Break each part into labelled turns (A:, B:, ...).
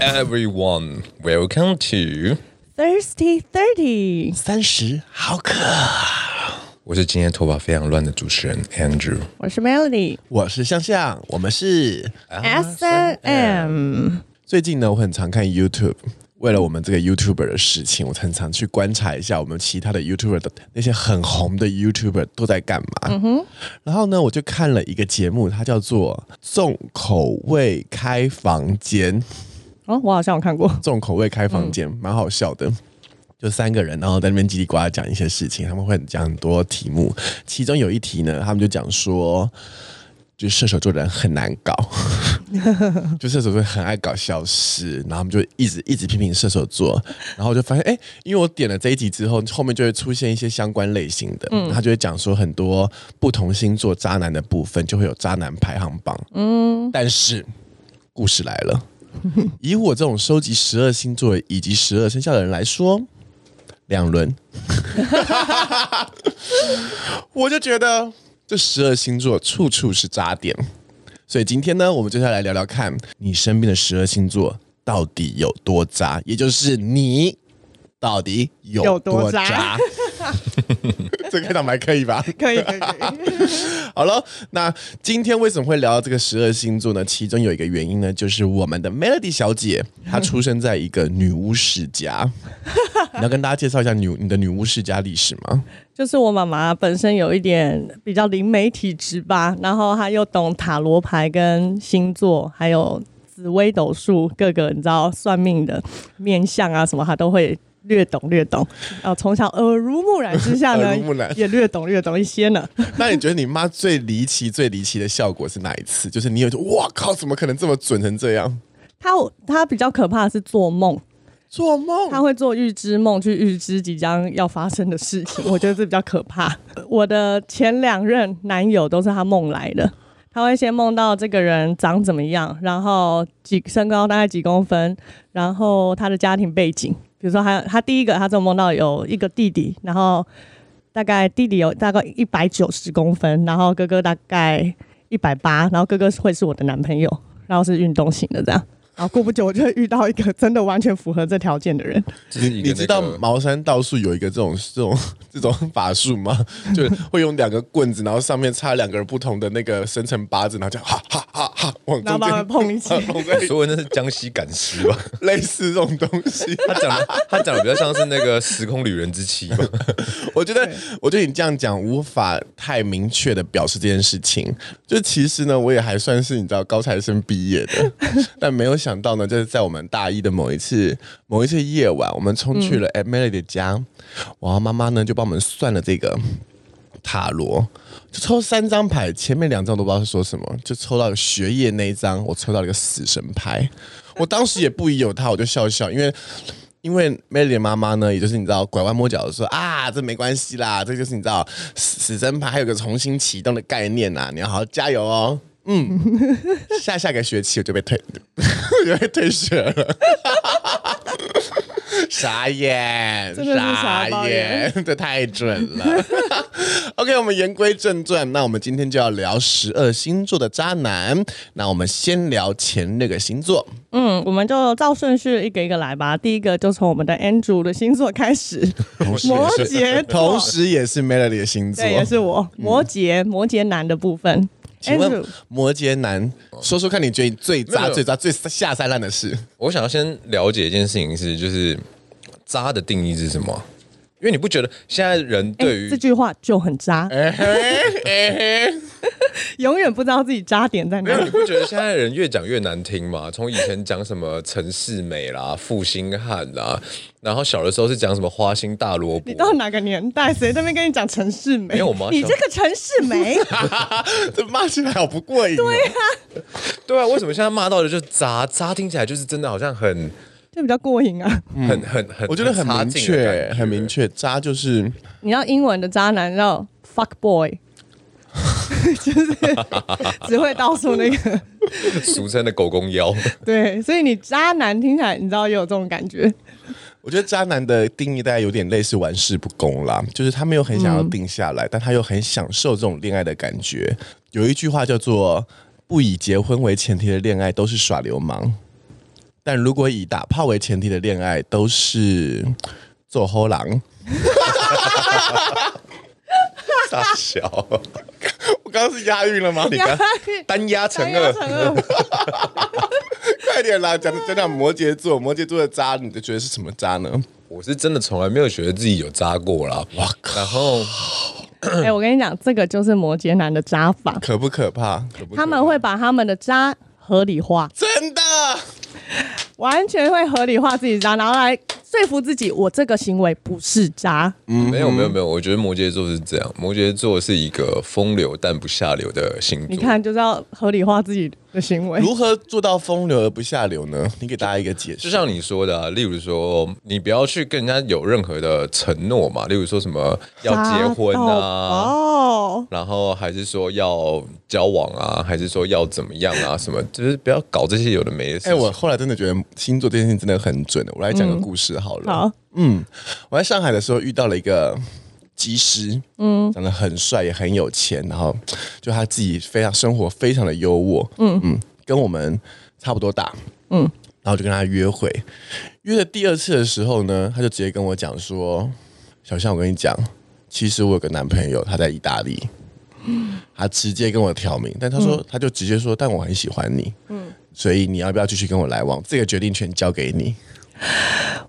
A: everyone. Welcome to
B: Thirsty Thirty，
C: 三十好渴。
A: 我是今天头发非常乱的主持人 Andrew。
B: 我是 Melody
C: 我是向向，我们是
A: 啊
B: S N M。
C: 最近呢，我很常看 YouTube。为了我们这个 YouTuber 的事情，我很常去观察一下我们其他的 YouTuber 的那些很红的 YouTuber 都在干嘛。然后呢，我就看了一个节目，它叫做《重口味开房间》。
B: 哦，我好像有看过。
C: 重口味开房间，蛮、好笑的。就三个人，然后在那边叽里呱啦讲一些事情，他们会讲很多题目，其中有一题呢，他们就讲说，就是射手座的人很难搞，就射手座很爱搞消失，然后他们就一直一直批评射手座，然后我就发现，哎、因为我点了这一集之后，后面就会出现一些相关类型的，他就会讲说很多不同星座渣男的部分，就会有渣男排行榜，嗯，但是故事来了。 以我这种收集十二星座以及十二生肖的人来说，两轮， 我就觉得这十二星座处处是渣点。所以今天呢，我们就下来聊聊看你身边的十二星座到底有多渣，也就是你到底有
B: 有多
C: 多
B: 渣
C: 渣。 这开场白可以吧？
B: 可以可以可以，
C: 好了，那今天为什么会聊到这个十二星座呢？其中有一个原因呢，就是我们的 Melody 小姐，她出生在一个女巫世 家。你要跟大家介绍一下女你的女巫世家历史吗？
B: 就是我妈妈本身有一点比较灵媒体质吧，然后她又懂塔罗牌跟星座，还有紫微斗数各个你知道算命的面相啊什么，她都会。略懂略懂，然后从小耳濡目染之下呢
C: 耳濡目染，
B: 也略懂略懂一些呢。
C: 那你觉得你妈最离奇、最离奇的效果是哪一次？就是你有一种哇靠，怎么可能这么准成这样？
B: 她她比较可怕的是做梦，
C: 做梦
B: 他会做预知梦，去预知即将要发生的事情，我觉得这比较可怕。 我的前两任男友都是他梦来的，他会先梦到这个人长怎么样，然后几身高大概几公分，然后他的家庭背景，比如说他他第一个他做梦到有一个弟弟，然后大概弟弟有大概一百九十公分，然后哥哥大概一百八，然后哥哥会是我的男朋友，然后是运动型的这样。然后过不久我就会遇到一个真的完全符合这条件的人，
A: 这是一个
C: 你知道
A: 那个
C: 茅山道术有一个这种这种这种法术吗？ 就是会用两个棍子，然后上面插两个不同的那个生辰八字，然后这样哈哈哈哈 往
B: 然后
C: 中
B: 把他们
C: 间
B: 碰一起。
C: 碰在一起，
A: 所以那是江西赶尸吧？
C: 类似这种东西。
A: 他讲的他讲的比较像是那个时空旅人之妻 吧？
C: 我觉得，我觉得你这样讲无法太明确的表示这件事情。就其实呢，我也还算是你知道高材生毕业的，但没有想到呢，就是在我们大一的某一次某一次夜晚，我们冲去了 Emily 的家，然后妈妈呢就帮我们算了这个塔罗，就抽三张牌，前面两张我都不知道是说什么，就抽到了学业那一张，我抽到了一个死神牌，我当时也不疑有他，我就笑笑，因为。因为 Melly 的妈妈呢，也就是你知道拐弯抹角的说啊，这没关系啦，这就是你知道死死神牌还有个重新启动的概念呐、你要好好加油哦。嗯，下下个学期我就被退， 我就被退学了。 傻眼，
B: 真的是傻包眼
C: 眼，这太准了。OK，我们言归正传，那我们今天就要聊十二星座的渣男。那我们先聊前那个星座，
B: 嗯，我们就照顺序一个一个来吧。第一个就从我们的 Andrew 的星座开 始，摩羯座
C: 同时也是 Melody 的星座，
B: 对，也是我摩羯摩羯男的部分。
C: 请问
B: Andrew，
C: 摩羯男，说说看，你觉得你最
A: 没
C: 渣、
A: 有
C: 最渣、最下三滥的事？
A: 我想要先了解一件事情是，就是渣的定义是什么？因为你不觉得现在人对
B: 哎
A: 于
B: 这句话就很渣，
C: 哎嘿，哎嘿，
B: 永远不知道自己渣点在
A: 没
B: 哪
A: 有，你
B: 里。
A: 不觉得现在人越讲越难听吗？ 从以前讲什么城市美啦、负心汉啦，然后小的时候是讲什么花心大萝卜
B: 你，到哪个年代？谁在那边跟你讲陈世美？
A: 没有吗
B: 你这个陈世美，
C: 这骂起来好不过瘾、啊对、
A: 对啊，为什么现在骂到的就是渣渣，听起来就是真的好像很、
B: 就比较过瘾啊。
A: 很很很，
C: 嗯我觉得很明确， 很明
A: 确。
C: 确，渣就是
B: 你要英文的渣男叫 fuck boy，就是 只会到处那个。
A: 俗称的狗公腰，
B: 对，所以你渣男听起来，你知道也有这种感觉。
C: 我觉得渣男的定义大概有点类似玩世不恭啦，就是他没有很想要定下来，但他又很享受这种恋爱的感觉。有一句话叫做“不以结婚为前提的恋爱都是耍流氓”，但如果以打炮为前提的恋爱，都是做后 郎。
A: 大小，
C: 我刚刚是押韵了吗？
A: 你看单压乘二，
C: 快点啦，讲讲讲摩羯座，摩羯座的渣，你就觉得是什么渣呢？
A: 我是真的从来没有觉得自己有扎过啦。哇靠！然后
B: 哎、我跟你讲，这个就是摩羯男的渣法，
C: 可不可怕？可不可怕
B: 他们会把他们的渣合理化，
C: 真的
B: 完全会合理化自己渣，然后来说服自己，我这个行为不是渣。
C: 嗯
A: 没有没有没有，我觉得摩羯座是这样，摩羯座是一个风流但不下流的星座。
B: 你看，就是要合理化自己的行为。
C: 如何做到风流而不下流呢？你给大家一个解
A: 就
C: 释。
A: 像你说的、啊，例如说，你不要去跟人家有任何的承诺嘛，例如说什么要结婚
B: 渣到
A: 啊，
B: 爆
A: 然后还是说要交往啊，还是说要怎么样啊，什么，就是不要搞这些有的没的事
C: 哎、
A: 情。
C: 我后来真的觉得星座这件事情真的很准的。我来讲个故事好了。
A: 啊
B: 好，啊
C: 嗯，我在上海的时候遇到了一个技师，嗯，长得很帅，也很有钱，然后就他自己非常生活非常的优渥，嗯嗯，跟我们差不多大，嗯，然后就跟他约会，约了第二次的时候呢，他就直接跟我讲说，小象，我跟你讲，其实我有个男朋友，他在意大利。他直接跟我挑明，但他说、他就直接说，但我很喜欢你，嗯，所以你要不要继续跟我来往？这个决定权交给你。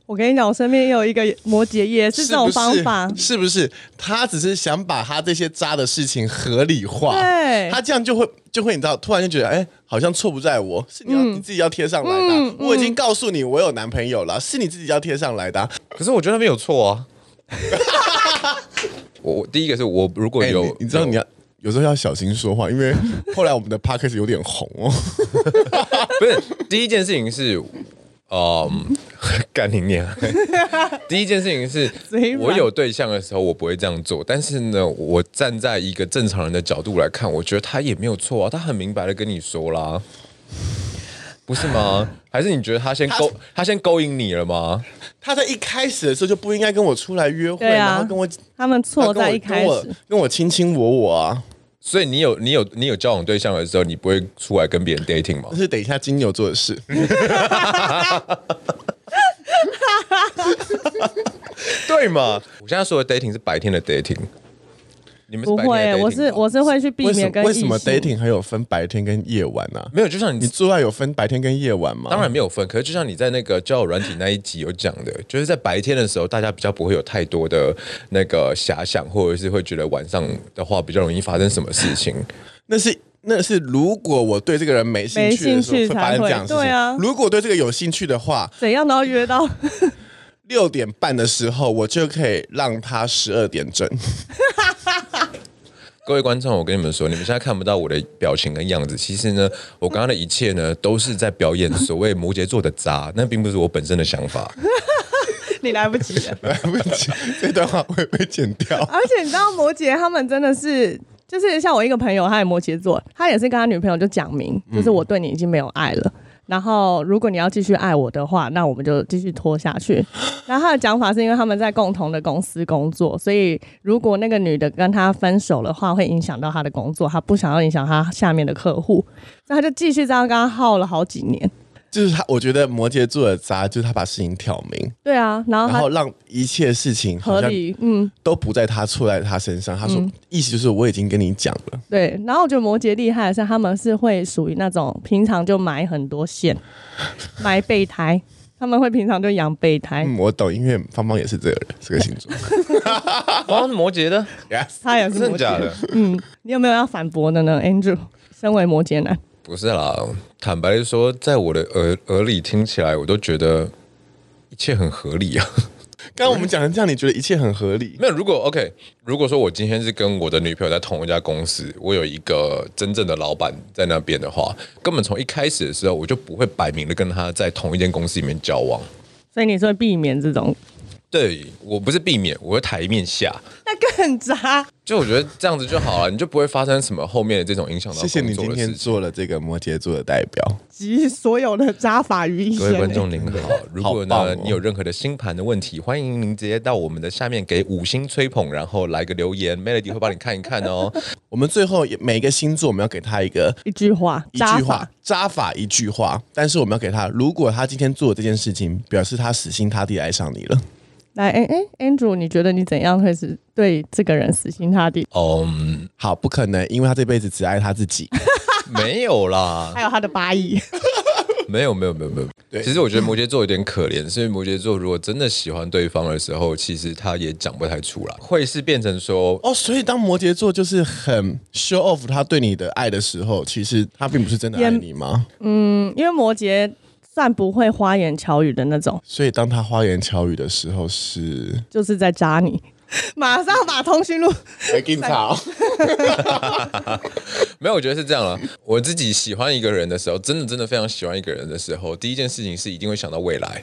B: 我跟你讲，我身边也有一个摩羯，也是这种方法。
C: 是不是？他只是想把他这些渣的事情合理化，
B: 对
C: 他这样就会就会你知道，突然就觉得，哎，好像错不在我，是你要、你自己要贴上来的啊、
B: 嗯
C: 我已经告诉你我有男朋友了，是你自己要贴上来的啊、
A: 可是我觉得他没有错啊。 我我第一个是我如果
C: 哎，
A: 有，
C: 你你知道你要。有时候要小心说话，因为后来我们的 p a r k 有点红哦。
A: 不是第一件事情是，嗯，干你娘！第一件事情是
B: 嘴，软
A: 我有对象的时候，我不会这样做。但是呢，我站在一个正常人的角度来看，我觉得他也没有错啊，他很明白的跟你说啦，不是吗？还是你觉得他先勾，他先勾引你了吗？
C: 他在一开始的时候就不应该跟我出来约会，
B: 对啊
C: 然后跟我
B: 他们错在一开
C: 跟我
B: 始，
C: 跟我卿卿我我啊。
A: 所以你有你有你有交往对象的时候，你不会出来跟别人 dating 吗
C: 那？是等一下金牛座 的事。
A: 对嘛？我现在说的 dating 是白天的 dating，你们是
B: 不
A: 白天的 dating
B: 会，我是
A: 吗
B: 我是会去避
C: 啊为什
B: 免
C: 么
B: 跟
C: 为什么
B: 异性
C: dating 还有分白天跟夜晚呢、啊？
A: 没有，就像你
C: 你做爱有分白天跟夜晚吗？
A: 当然没有分，可是就像你在那个交友软体那一集有讲的，就是在白天的时候，大家比较不会有太多的那个遐想，或者是会觉得晚上的话比较容易发生什么事情。
C: 那是那是如果我对这个人没兴趣的时候
B: 没兴趣
C: 发生这样的事情。
B: 才会对啊
C: 如果对这个有兴趣的话，
B: 怎样都要约到，
C: 六点半的时候我就可以让他十二 点整。
A: 各位观众，我跟你们说，你们现在看不到我的表情跟样子，其实呢，我刚刚的一切呢，都是在表演所谓摩羯座的渣，那并不是我本身的想法。
B: 你来不及了。
C: 来不及，这段话会被剪掉。
B: 而且你知道摩羯他们真的是，就是像我一个朋友，他也摩羯座，他也是跟他女朋友就讲明，就是我对你已经没有爱了。然后，如果你要继续爱我的话，那我们就继续拖下去。 然后他的讲法是因为他们在共同的公司工作，所以如果那个女的跟他分手的话，会影响到他的工作，他不想要影响他下面的客户，所以他就继续这样跟他耗了好几年。
C: 就是他，我觉得摩羯座的渣，就是他把事情挑明，
B: 对啊，然后
C: 然
B: 他
C: 后让一切事情好
B: 合
C: 像
B: 理，嗯，
C: 都不在他错在他身上。他说，意思就是我已经跟你讲了。
B: 对。然后我觉得摩羯厉害的是，他们是会属于那种平常就买很多线，买备胎，他们会平常就养备胎。
C: 嗯，我懂，因为芳芳也是这个人，这个星 座。
A: 哦，是摩羯的，
C: Yes。
B: 他也 是
A: 真的
B: 摩羯
A: 假的？
B: 嗯，你有没有要反驳的呢，Andrew？身为摩羯男，
A: 不是啦，坦白说，在我的耳耳里听起来，我都觉得一切很合理啊。
C: 刚刚我们讲成这样，你觉得一切很合理？
A: 没有，如果 OK，如果说我今天是跟我的女朋友在同一家公司，我有一个真正的老板在那边的话，根本从一开始的时候我就不会摆明的跟他在同一间公司里面交往。
B: 所以你是会避免这种
A: 对我不是避免，我会台面下。
B: 那更渣。
A: 就我觉得这样子就好了，你就不会发生什么后面的这种影响到
C: 谢谢你
A: 工作
C: 今
A: 的
C: 天
A: 事情。
C: 做了这个摩羯座的代表，
B: 集所有的渣法于一
A: 各位
B: 身
A: 观
B: 欸。
A: 众您好，如果呢、
C: 好棒哦
A: 你有任何的星盘的问题，欢迎您直接到我们的下面给五星吹捧，然后来个留言，Melody 会帮你看一看哦。
C: 我们最后也每一个星座我们要给他一个
B: 一句话，
C: 一
B: 渣
C: 句
B: 法
C: 话，扎法一句话，但是我们要给他，如果他今天做这件事情，表示他死心塌地爱上你了。
B: 来，哎、哎、a n d r e w 你觉得你怎样会是对这个人死心塌地？
A: 嗯，
C: 好，不可能，因为他这辈子只爱他自 己。
A: 没有啦，
B: 还有他的八亿，
A: 没有没有没有没有。
C: 对
A: 其实我觉得摩羯座有点可怜，是因为摩羯座如果真的喜欢对方的时候，其实他也讲不太出来，会是变成说。
C: 哦，所以当摩羯座就是很 show off 他对你的爱的时候，其实他并不是真的爱
B: 也
C: 你吗？
B: 嗯因为摩羯算不会花言巧语的那种，
C: 所以当他花言巧语的时 候是，
B: 就是在渣你。 马上把通讯录，
C: 来警察、
A: 没有，我觉得是这样了。我自己喜欢一个人的时候，真的真的非常喜欢一个人的时候，第一件事情是一定会想到未来，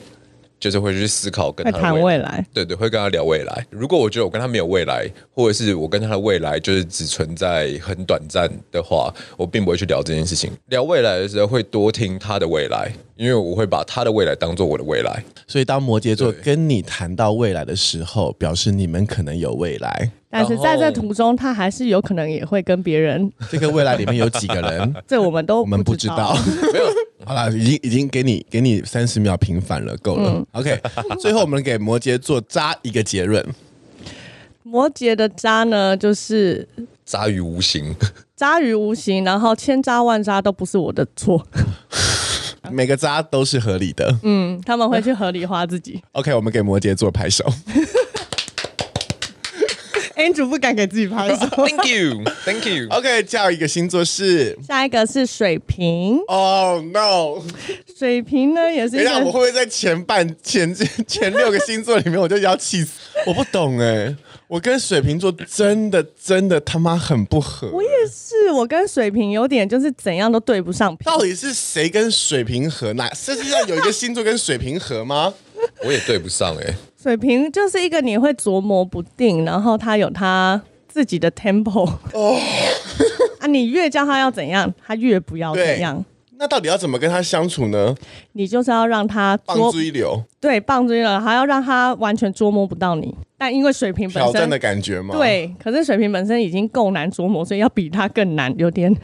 A: 就是会去思考跟
B: 在
A: 他的
B: 谈未来，
A: 对对，会跟他聊未来。如果我觉得我跟他没有未来，或者是我跟他的未来就是只存在很短暂的话，我并不会去聊这件事情。聊未来的时候会多听他的未来，因为我会把他的未来当做我的未来。
C: 所以当摩羯座
A: 对
C: 跟你谈到未来的时候，表示你们可能有未来。
B: 但是
A: 然后
B: 在这途中，他还是有可能也会跟别人，，
C: 这个未来里面有几个 人
B: 这我们都
C: 我们不知道。。
A: 没有，
C: 好啦，已经已经给你给你三十秒平反了，够了。OK，最后我们给摩羯座扎一个结论。
B: 摩羯的渣呢，就是
A: 渣于无 形。
B: 渣于无形，然后千渣万渣都不是我的错，
C: 每个渣都是合理的。
B: 嗯，他们会去合理化自己。
C: OK，我们给摩羯座拍手。
B: Andrew 不敢给自己拍手。
A: Thank you，Thank you。
C: OK，下一个星座是
B: 下一个是水瓶，
C: Oh no！
B: 水瓶呢也是
C: 等
B: 一
C: 一下，我会不
B: 个
C: 会在前半前前六个星座里面我就要气死？我不懂哎、我跟水瓶座真的真的他妈很不合。
B: 我也是，我跟水瓶有点就是怎样都对不上频
C: 到。底是谁跟水瓶合？哪世界上有一个星座跟水瓶合吗？
A: 我也对不上哎、
B: 水瓶就是一个你会琢磨不定，然后他有他自己的 tempo。哦， 啊，你越叫他要怎样，他越不要
C: 对
B: 怎样。
C: 那到底要怎么跟他相处呢？
B: 你就是要让他
C: 放
B: 捉
C: 追流
B: 对棒追了，还要让他完全捉摸不到你。但因为水瓶本
C: 挑战的
B: 身
C: 感觉吗？，
B: 对，可是水瓶本身已经够难琢磨，所以要比他更难，有点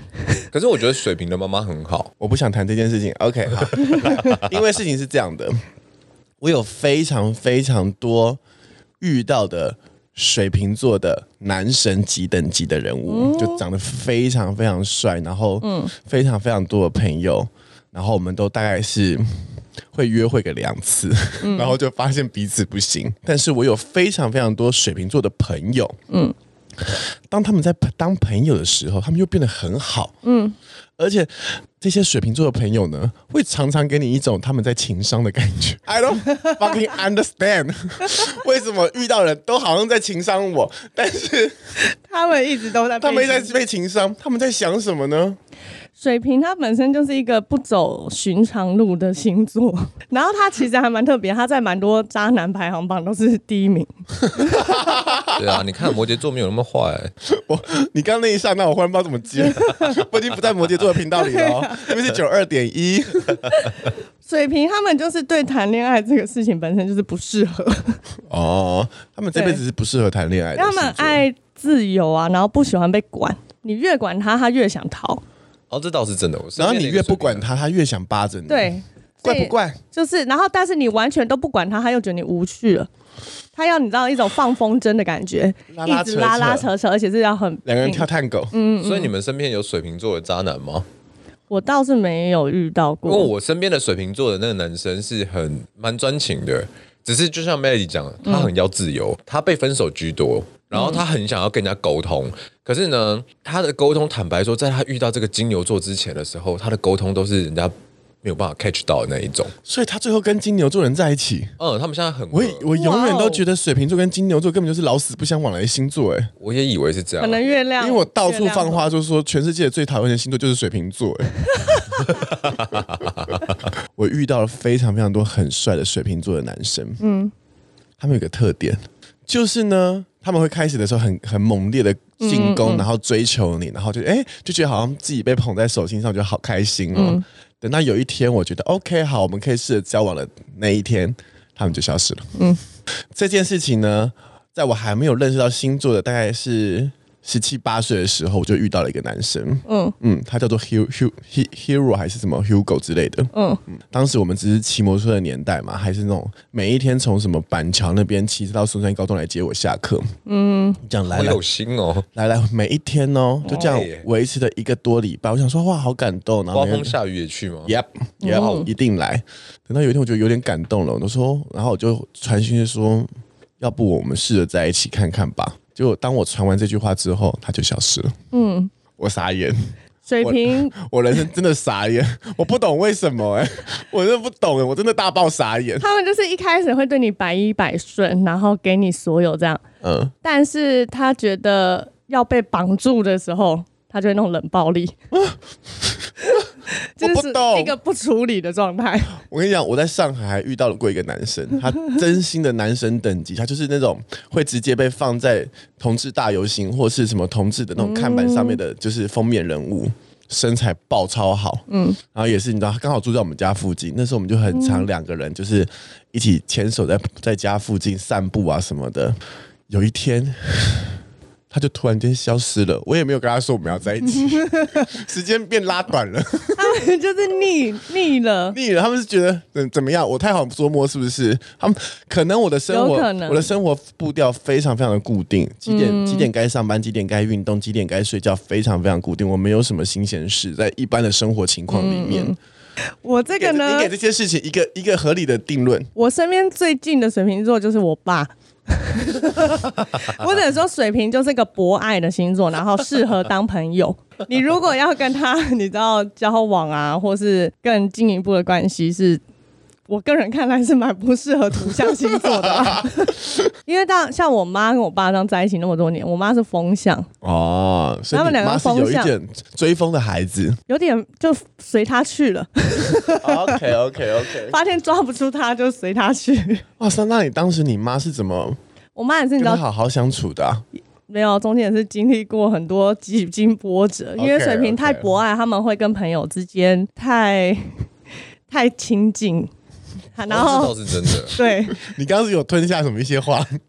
A: 可是我觉得水瓶的妈妈很 好，
C: 我不想谈这件事情。OK，好，因为事情是这样的，我有非常非常多遇到的水瓶座的男神级等级的人物，就长得非常非常帅，然后非常非常多的朋友，然后我们都大概是。会约会个两次，然后就发现彼此不行。但是我有非常非常多水瓶座的朋友，嗯，当他们在当朋友的时候，他们又变得很好，而且这些水瓶座的朋友呢，会常常给你一种他们在情商的感觉。I don't fucking understand，为 什么遇到人都好像在情商我，但是
B: 他们一直都在被
C: 他们在被情商，他们在想什么呢？
B: 水瓶它本身就是一个不走寻常路的星座，然后它其实还蛮特别，它在蛮多渣男排行榜都是第一名。
A: 对啊，你看摩羯座没有那么坏、
C: 我你刚刚那一刹那，我忽然不知道怎么接， 我已经不在摩羯座的频道里了哦，因为是九二点 一。
B: 水瓶他们就是对谈恋爱这个事情本身就是不适合，
C: 哦，他们这辈子是不适合谈恋爱
B: 因
C: 的
B: 为 他们
C: 星座
B: 爱自由啊，然后不喜欢被管，你越管他，他越想逃。
C: 嗯
A: 哦，这倒是真的。我身
C: 然后
A: 边
C: 你
A: 的一个
C: 越不
A: 水瓶
C: 管他，他越想扒着你。，
B: 对，
C: 怪不怪？
B: 就是，然后但是你完全都不管他，他又觉得你无趣了。他要你知道一种放风筝的感觉，
C: 拉拉
B: 一直
C: 扯扯
B: 拉拉扯扯，而且是要很
C: 两个人跳探狗。
B: 嗯
A: 男，所以你们身边有水瓶座的渣男吗？
B: 我倒是没有遇到
A: 因
B: 过。
A: 为嗯
C: 哦
A: 我身边的水瓶座的那个男生是很蛮专情的，只是就像 Melody 讲的，他很要自由，他被分手居多，然后他很想要跟人家沟通。可是呢，他的沟通，坦白说，在他遇到这个金牛座之前的时候，他的沟通都是人家没有办法 catch 到的那一种。
C: 所以他最后跟金牛座人在一起。
A: 嗯，他们现在很合，
C: 我
A: 我
C: 以我永远都觉得水瓶座跟金牛座根本就是老死不相往来的星座，哎，
A: 我也以为是这
B: 可
A: 样，啊
B: 能月亮，
C: 因为我到处
B: 月亮
C: 放话，就说全世界最讨厌的星座就是水瓶座，哎，我遇到了非常非常多很帅的水瓶座的男生，嗯，他们有个特点，就是呢，他们会开始的时候很很猛烈的进攻，然后追求你，然后就哎、就觉得好像自己被捧在手心上，就好开心哦。等到有一天，我觉得 OK 好，我们可以试着交往的那一天，他们就消失了。嗯，这件事情呢，在我还没有认识到星座的，大概是十七八岁的时候，我就遇到了一个男生。嗯嗯，他叫做 Hugh Hugh He- Hero 还是什么 Hugo 之类的。嗯嗯，当时我们只是骑摩托车的年代嘛，还是那种每一天从什么板桥那边骑车到松山高中来接我下课。嗯，这样来
A: 好
C: 来
A: 有心哦，
C: 来来，每一天哦，就这样
A: 哇耶
C: 维持了一个多礼拜。我想说，哇，好感动。然后
A: 刮
C: 每天
A: 风下雨也去吗？
C: Yep，然后一定来。等到有一天我觉得有点感动了，我就说，然后我就传讯息说，要不我们试着在一起看看吧。结果当我传完这句话之后，他就消失了。嗯， 我傻眼，
B: 水瓶
C: 我人生真的傻眼，我不懂为什么哎、我真的不懂哎、我真的大爆傻眼。
B: 他们就是一开始会对你百依百顺，然后给你所有这样，
C: 嗯，
B: 但是他觉得要被绑住的时候，他就会弄冷暴 力。这
C: 我
B: 就
C: 不
B: 是
C: 懂
B: 一个不处理的状态，
C: 我跟你讲，我在上海还遇到了过一个男生，他真心的男神等级，他就是那种会直接被放在同志大游行或是什么同志的那种看板上面的，就是封面人物。身材爆超好，嗯，然后也是你知道，他刚好住在我们家附近，那时候我们就很常两个人就是一起牵手在在家附近散步啊什么的。有一天， 他就突然间消失了，我也没有跟他说我们要在一起，时间变拉短了。
B: 他们就是腻腻了，
C: 腻了，他们是觉得怎怎么样？我太好捉摸是不是？他们可能我的生活
B: 有可，能嗯
C: 我的生活步调非常非常的固定，几点、几点该上班，几点该运动，几点该睡觉，非常非常固定。我没有什么新鲜事，在一般的生活情况里
B: 嗯
C: 面，
B: 我这
C: 给
B: 个呢
C: 你给，这些事情一个一个合理的定论。
B: 我身边最近的水瓶座就是我爸。我只能说，水瓶就是个博爱的星座，然后适合当朋友。你如果要跟他，你知道交往啊，或是更进一步的关系是。我个人看来是蛮不适合土象星座的啦，因为当像我妈跟我爸这样在一起那么多年，我妈是风象，
C: 哦，所以
B: 他们
C: 你
B: 两个
C: 妈是
B: 风
C: 有一
B: 向
C: 点追风的孩 子。
B: 有点就随她去了，
C: OK OK OK。
B: 发现抓不住她就随她去。
C: 哇塞，那你当时你妈是怎么
B: 我妈也是，你
C: 跟
B: 知道
C: 她好好相处的啊、
B: 没有，中间也是经历过很多几经波折，因为
C: OK，
B: 水瓶太
C: OK
B: 博爱，他们会跟朋友之间太太亲近，啊然
A: 哦这倒
B: 后
A: 是真的。
B: 对，
C: 你刚刚是有吞下什么一些话？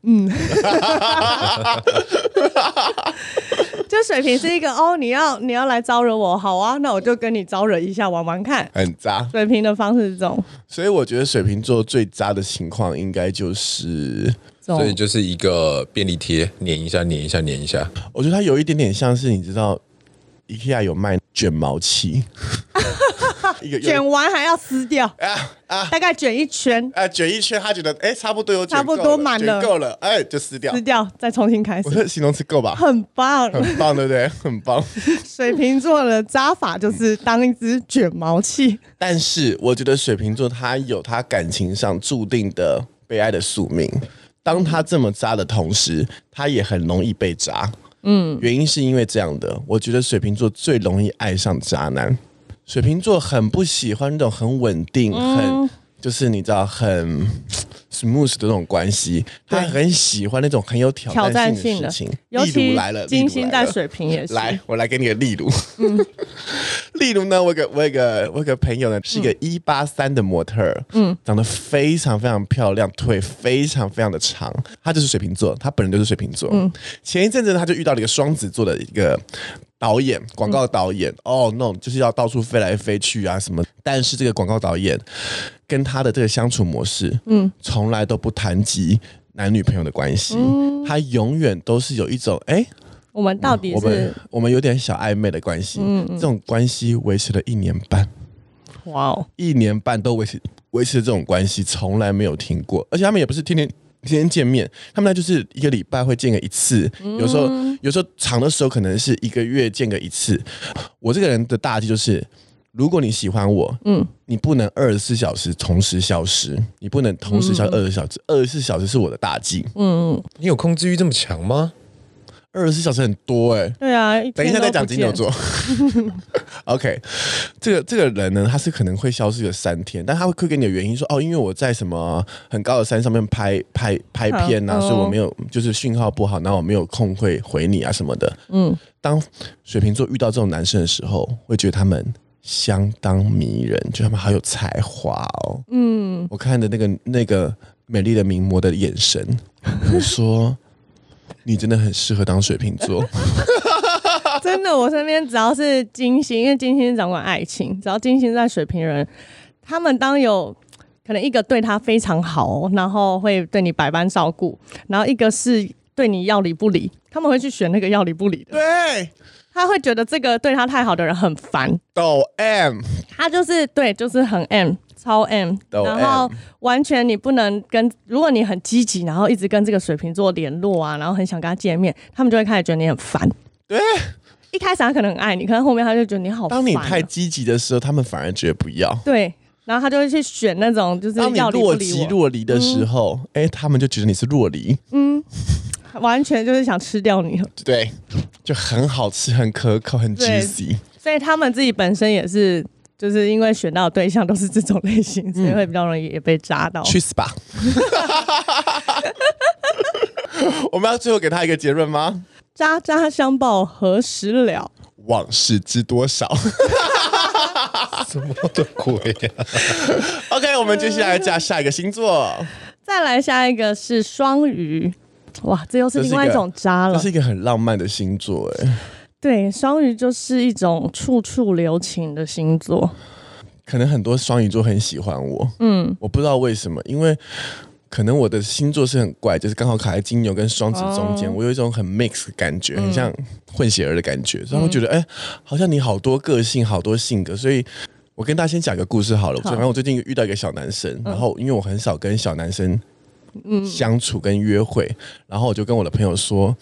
B: 就水瓶是一个哦，你要你要来招惹我，好啊，那我就跟你招惹一下玩玩看。
C: 很渣。
B: 水瓶的方式是这种，
C: 所以我觉得水瓶座最渣的情况应该就是，
B: 这
A: 所以
B: 种
A: 就是一个便利贴，粘一下，粘一下，粘一下。
C: 我觉得它有一点点像是你知道，IKEA 有卖卷 毛器，一个
B: 卷完还要撕掉，
C: 啊啊
B: 大概卷一圈，
C: 啊卷一圈，他觉得哎、差不多有卷
B: 差不
C: 够
B: 多
C: 了
B: 满
C: 卷
B: 了
C: 够了，哎、就撕掉
B: 撕。掉再重新开
C: 我啊
B: 始，
C: 的形容词够 吧？
B: 很棒。
C: 很棒，对不对？很棒。
B: 水瓶座的扎法就是当一只卷毛器。
C: 但是我觉得水瓶座他有他感情上注定的悲哀的宿命。当他这么渣的同时，他也很容易被渣。嗯，原因是因为这样的，我觉得水瓶座最容易爱上渣男。水瓶座很不喜欢那种很稳定、
B: 嗯
C: 很就是你知道很 smooth 的那种关系，他很喜欢那种很有挑
B: 挑战
C: 战性
B: 性
C: 的
B: 的
C: 事情。
B: 尤
C: 例如
B: 其
C: 来了，例
B: 金
C: 如
B: 星
C: 来
B: 在
C: 了
B: 水瓶也是。
C: 来，我来给你个例如， 例如呢，我有个我有个我有个朋友呢，是一个一八三的模特儿，嗯，长得非常非常漂亮，腿非常非常的长，她就是水瓶座，她本人就是水瓶座。前一阵子呢，她就遇到了一个双子座的一个。导演，广告导演，哦、no，就是要到处飞来飞去啊什么。但是这个广告导演跟他的这个相处模式，嗯，从来都不谈及男女朋友的关系，他永远都是有一种，哎、
B: 我们到底
C: 嗯我们
B: 是
C: 我们有点小暧昧的关系，这种关系维持了一年半，
B: 哇哦，
C: 一年半都维持维持这种关系，从来没有停过，而且他们也不是天天。天天见面，他们那就是一个礼拜会见个一次，有时候有时候长的时候可能是一个月见个一次。我这个人的大忌就是，如果你喜欢我，嗯，你不能二十四小时同时消失，你不能同时消二十小时，二十四小时是我的大忌。
A: 你有控制欲这么强吗？
C: 二十四小时很多哎、
B: 对啊，
C: 等一下
B: 天都
C: 再讲
B: 不
C: 金牛
B: 见，
C: 座。OK，这个这个人呢，他是可能会消失个三天，但他会会给你的原因说，哦，因为我在什么很高的山上面拍拍拍片呐、
B: 嗯
C: 所以我没有就是讯号不好，然后我没有空会回你啊什么的。嗯，当水瓶座遇到这种男生的时候，会觉得他们。相当迷人，就他们好有才华哦。嗯，我看的那个那个美丽的名模的眼神，我说 你真的很适合当水瓶 座。
B: 真的，我身边只要是金星，因为金星掌管爱情，只要金星在水瓶人，他们当有可能一个对他非常好，哦然后会对你百般照顾，然后一个是对你要理不理，他们会去选那个要理不理的，
C: 对，
B: 他会觉得这个对他太好的人很烦，
C: 抖 M，
B: 他就是对，就是很 M。超 M，
C: 抖
B: 然后
C: M
B: 完全你不能跟，如果你很积极，然后一直跟这个水瓶座联络啊，然后很想跟他见面，他们就会开始觉得你很烦。啊
C: 对，
B: 一开始他可能很爱你，可能后面他就觉得你好烦啊、
C: 当你太积极的时候，他们反而觉得不要；
B: 对，然后他就会去选那种就是
C: 当你
B: 要理不
C: 若
B: 理
C: 即
B: 我，嗯
C: 若离的时候，哎、他们就觉得你是若离，
B: 完全就是想吃掉 你了。
C: 对，就很好吃、很可口、很
B: 对
C: juicy。
B: 所以他们自己本身也是，就是因为选到的对象都是这种类型，所以会比较容易也被扎到。
C: 去死 吧！我们要最后给他一个结论吗？
B: 渣渣相报何时了？
C: 往事知多 少
A: 什么的鬼啊！
C: ？OK，我们接下来加下一个星座，
B: 嗯再来下一个是双鱼，哇，这又是
C: 这是
B: 另外
C: 一
B: 一
C: 个
B: 种渣
C: 这
B: 了。
C: 是一个很浪漫的星座、哎，
B: 对，双鱼就是一种处处留情的星座。
C: 可能很多双鱼座很喜欢我，嗯，我不知道为什么，因为可能我的星座是很怪，就是刚好卡在金牛跟双子中间，我有一种很 mix 的感觉，很像混血儿的感觉，所以我觉得，哎、好像你好多个性，好多性格，所以。我跟大家先讲一个故事好了。反正我最近遇到一个小男生，
B: 嗯
C: 然后因为我很少跟小男生相处跟约会，然后我就跟我的朋友说，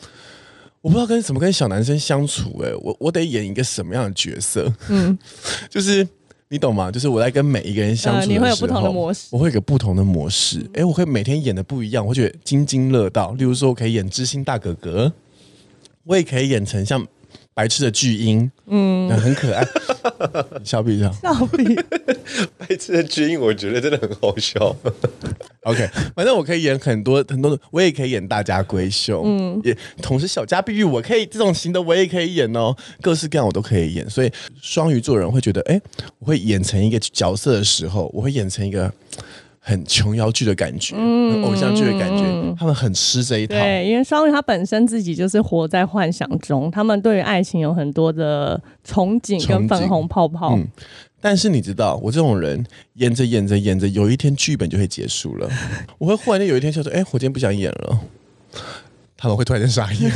C: 我不知道跟怎么跟小男生相处、欸，我我得演一个什么样的角色？嗯， 就是你懂吗？就是我在跟每一个人相处的时候、
B: 呃你会有不同的模式
C: 我会有个不同的模式。哎、我会每天演的不一样，我会觉得津津乐道。例如说，我可以演知心大哥哥，我也可以演成像白痴的巨婴，嗯，很可爱。 笑闭上。
B: 到底
A: 白痴的军，我觉得真的很好 笑。
C: OK，反正我可以演很多很多的，我也可以演大家闺秀，嗯，也同时小家碧玉，我可以这种型的我也可以演哦，各式各样我都可以演。所以双鱼座人会觉得，哎、我会演成一个角色的时候，我会演成一个很琼瑶剧的感觉，很偶像剧的感觉，他们很吃这一套。
B: 对，因为双鱼他本身自己就是活在幻想中，他们对于爱情有很多的憧憬
C: 憧憬嗯
B: 跟粉红泡泡。
C: 但是你知道，我这种人演着演着演着，有一天剧本就会结束了。我会忽然间有一天想说：“哎、我今天不想演了。”他们会突然间傻眼，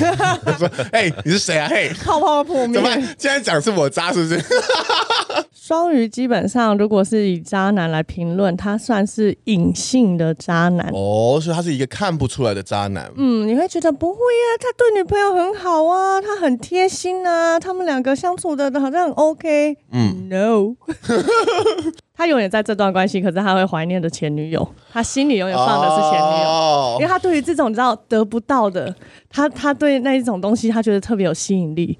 C: 我说：“哎、你是谁啊？嘿，
B: 泡泡破灭
C: 怎么办？现在讲是我渣是不是？
B: 双鱼基本上，如果是以渣男来评论，他算是隐性的渣男。
C: 哦，所以他是一个看不出来的渣男。
B: 嗯，你会觉得不会呀、他对女朋友很好啊，他很贴心啊，他们两个相处的好像很 OK。嗯，No，他永远在这段关系，可是他会怀念的前女友，他心里永远放的是前女
C: 哦
B: 友。因为
C: 友。
B: 他对于这种你知道得不到的，他他对那一种东西，他觉得特别有吸引力，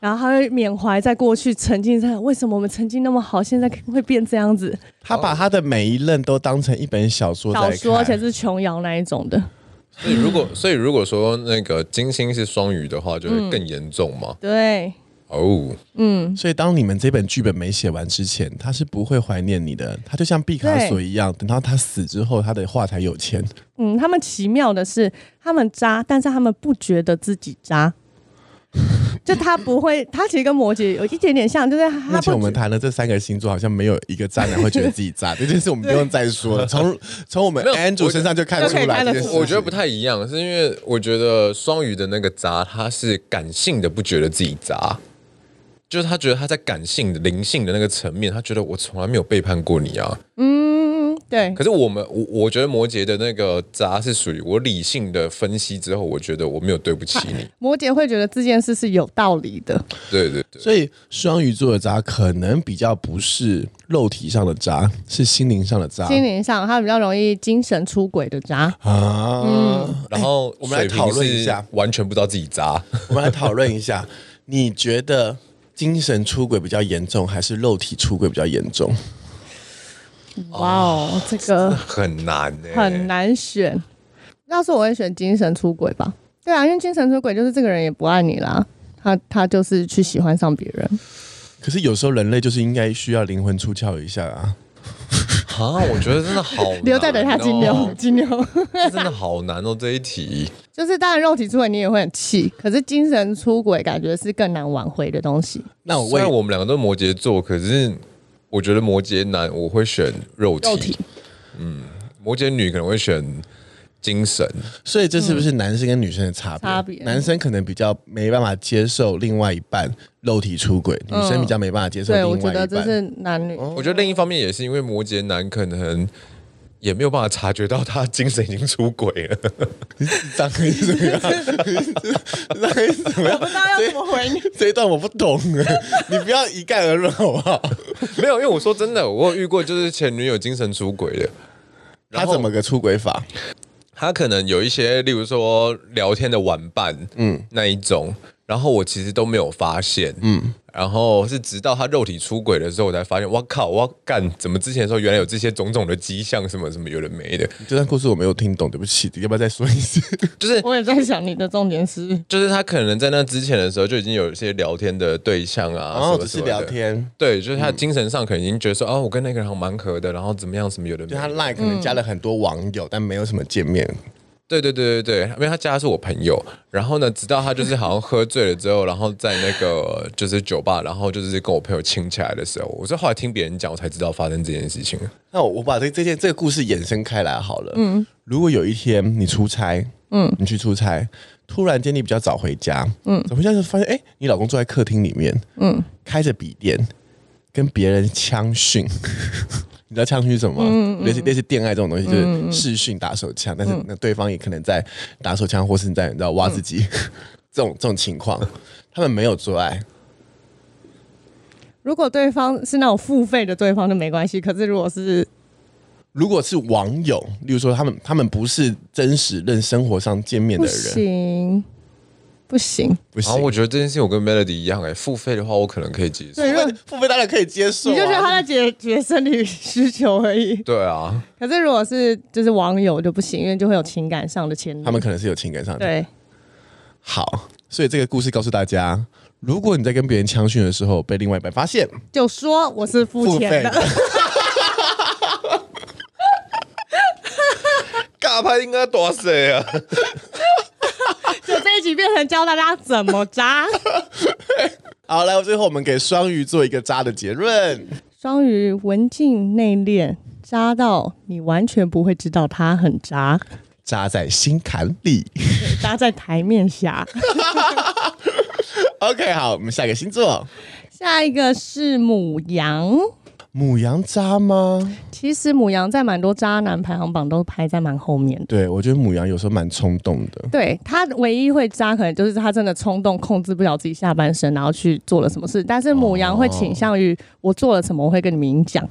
B: 然后他会缅怀在过去曾经在为什么我们曾经那么好，现在会变这样子。
C: 他把他的每一任都当成一本小说在
B: 小
C: 看。
B: 说而且是琼瑶那一种的，
A: 所以如果所以如果说那个金星是双鱼的话，就
B: 嗯
A: 会更严重嘛。
B: 对，
A: 哦，
C: 所以当你们这本剧本没写完之前，他是不会怀念你的。他就像毕卡索一样，等到他死之后，他的画才有钱。
B: 嗯，他们奇妙的是，他们渣，但是他们不觉得自己渣。就他不会，他其实跟摩羯有一点点像，就是他
C: 目
B: 他
C: 前我
B: 不
C: 们
B: 觉
C: 谈的这三个星座，好像没有一个渣男会觉得自己渣，这件事我们不用再说了。 从从我们
A: 没有
C: Andrew
A: 我
C: 身上就看
B: 就
C: 出
B: 可以
C: 来
B: 看得
C: 这件事
B: 出
C: 情。
A: 我觉得不太一样，是因为我觉得双鱼的那个渣，他是感性的，不觉得自己渣，就是他觉得他在感性的、灵性的那个层面，他觉得我从来没有背叛过你啊。
B: 嗯，对
A: 可是我们我我觉得摩羯的那个渣是属于我理性的分析之后，我觉得我没有对不起你。
B: 摩羯会觉得这件事是有道理的，
A: 对对对，
C: 所以双鱼座的渣可能比较不是肉体上的渣，是心灵上的渣
B: 心灵上他比较容易精神出轨的渣。
C: 啊。
B: 嗯
A: 然后
C: 我们来讨论一下，
A: 完全不知道自己渣。
C: 我们来讨论一下，你觉得精神出轨比较严重，还是肉体出轨比较严重？
B: 哇哦，这个
A: 很难、欸，
B: 很。难选。要是我会选精神出轨吧？对啊，因为精神出轨就是这个人也不爱你啦，他他就是去喜欢上别人。
C: 可是有时候人类就是应该需要灵魂出窍一下啊。
A: 啊，我觉得真的好难、哦，
B: 留在等他 金牛，金牛
A: 这真的好难哦这一题。
B: 就是当然肉体出轨你也会很气，可是精神出轨感觉是更难挽回的东西。
C: 那我
A: 虽然
C: 问，
A: 我们两个都是摩羯座，可是我觉得摩羯男我会选肉体，
B: 肉体
A: 嗯，摩羯女可能会选精神。
C: 所以这是不是男生跟女生的差
B: 嗯
C: 别？
B: 差别
C: 男生可能比较没办法接受另外一半肉体出轨，女生比较没办法接受
B: 嗯对，我
C: 另
B: 觉
C: 外
B: 得
C: 一
B: 这
C: 半。 哦
B: 是男女。
A: 我觉得另一方面也是因为摩羯男可能也没有办法察觉到他精神已经出轨了。
C: 张黑怎么 样？张黑怎么样？
B: 知道要怎么回 你？
C: 这一段我不懂哎，你不要一概而论好不好？
A: 没有，因为我说真的，我有遇过就是前女友精神出轨的，
C: 他怎么个出轨法？
A: 他可能有一些，例如说聊天的玩伴，嗯，那一种，然后我其实都没有发现，嗯，然后是直到他肉体出轨的时候，我才发现，哇靠，我干，怎么之前的时候原来有这些种种的迹象，什么什么有的没的，
C: 这段故事我没有听懂，对不起，要不要再说 一次？
A: 啊就是
B: 我也在想你的重点是，
A: 就是他可能在那之前的时候就已经有一些聊天的对象啊，
C: 然
A: 什
C: 后
A: 么
C: 哦只是
A: 什么的
C: 聊。天，嗯
A: 对，就是他精神上可能已经觉得说，哦，我跟那个人好蛮合的，然后怎么样，什么有的没
C: 就他
A: 的。
C: 赖可能加了很多网友，但没有什么见面。
A: 对对对对对，因为他家是我朋友，然后呢，直到他就是好像喝醉了之后，然后在那个就是酒吧，然后就是跟我朋友亲起来的时候，我是后来听别人讲，我才知道发生这件事情。
C: 那我把这这件这个故事衍生开来好了。嗯，如果有一天你出差，嗯，你去出差，突然间你比较早回家，嗯，早回家就发现，哎、你老公坐在客厅里面，嗯，开着笔电跟别人枪训。 你知道枪训是什么吗？类似类似恋爱这种东西，就是视讯打手枪，但是那对方也可能在打手枪，或是你在你知道挖自己、 这种这种情况，他们没有做爱，
B: 如果对方是那种付费的对方就没关系，可是如果是
C: 如果是网友，例如说他们他们不是真实认生活上见面
B: 不
C: 的人，
B: 行，不行，
C: 不
A: 然后我觉得这件事情我跟 Melody 一样、哎，付费的话我可能可以接受。
B: 对，如果
C: 付费当然可以接受、啊，
B: 你就觉得他在解决生理需求而已。
A: 对啊，
B: 可是如果是就是网友就不行，因为就会有情感上的牵连。
C: 他们可能是有情感上的
B: 对，
C: 好，所以这个故事告诉大家，如果你在跟别人枪训的时候被另外一半发现，
B: 就说我是付钱的，
A: 尬拍应该多谁啊？
B: 就这一集变成教大家怎么渣。
C: 好，来，最后我们给双鱼做一个渣的结论。
B: 双鱼文静内敛，渣到你完全不会知道他很渣，
C: 渣在心坎里。
B: 渣在台面下。
C: OK，好，我们下一个星座，
B: 下一个是母羊，
C: 母羊渣吗？
B: 其实母羊在蛮多渣男排行榜都排在蛮后面的。
C: 对，我觉得母羊有时候蛮冲动的。
B: 对他唯一会渣，可能就是他真的冲动控制不了自己下半身，然后去做了什么事。但是母羊会倾向于我做了什么，我会跟你明讲。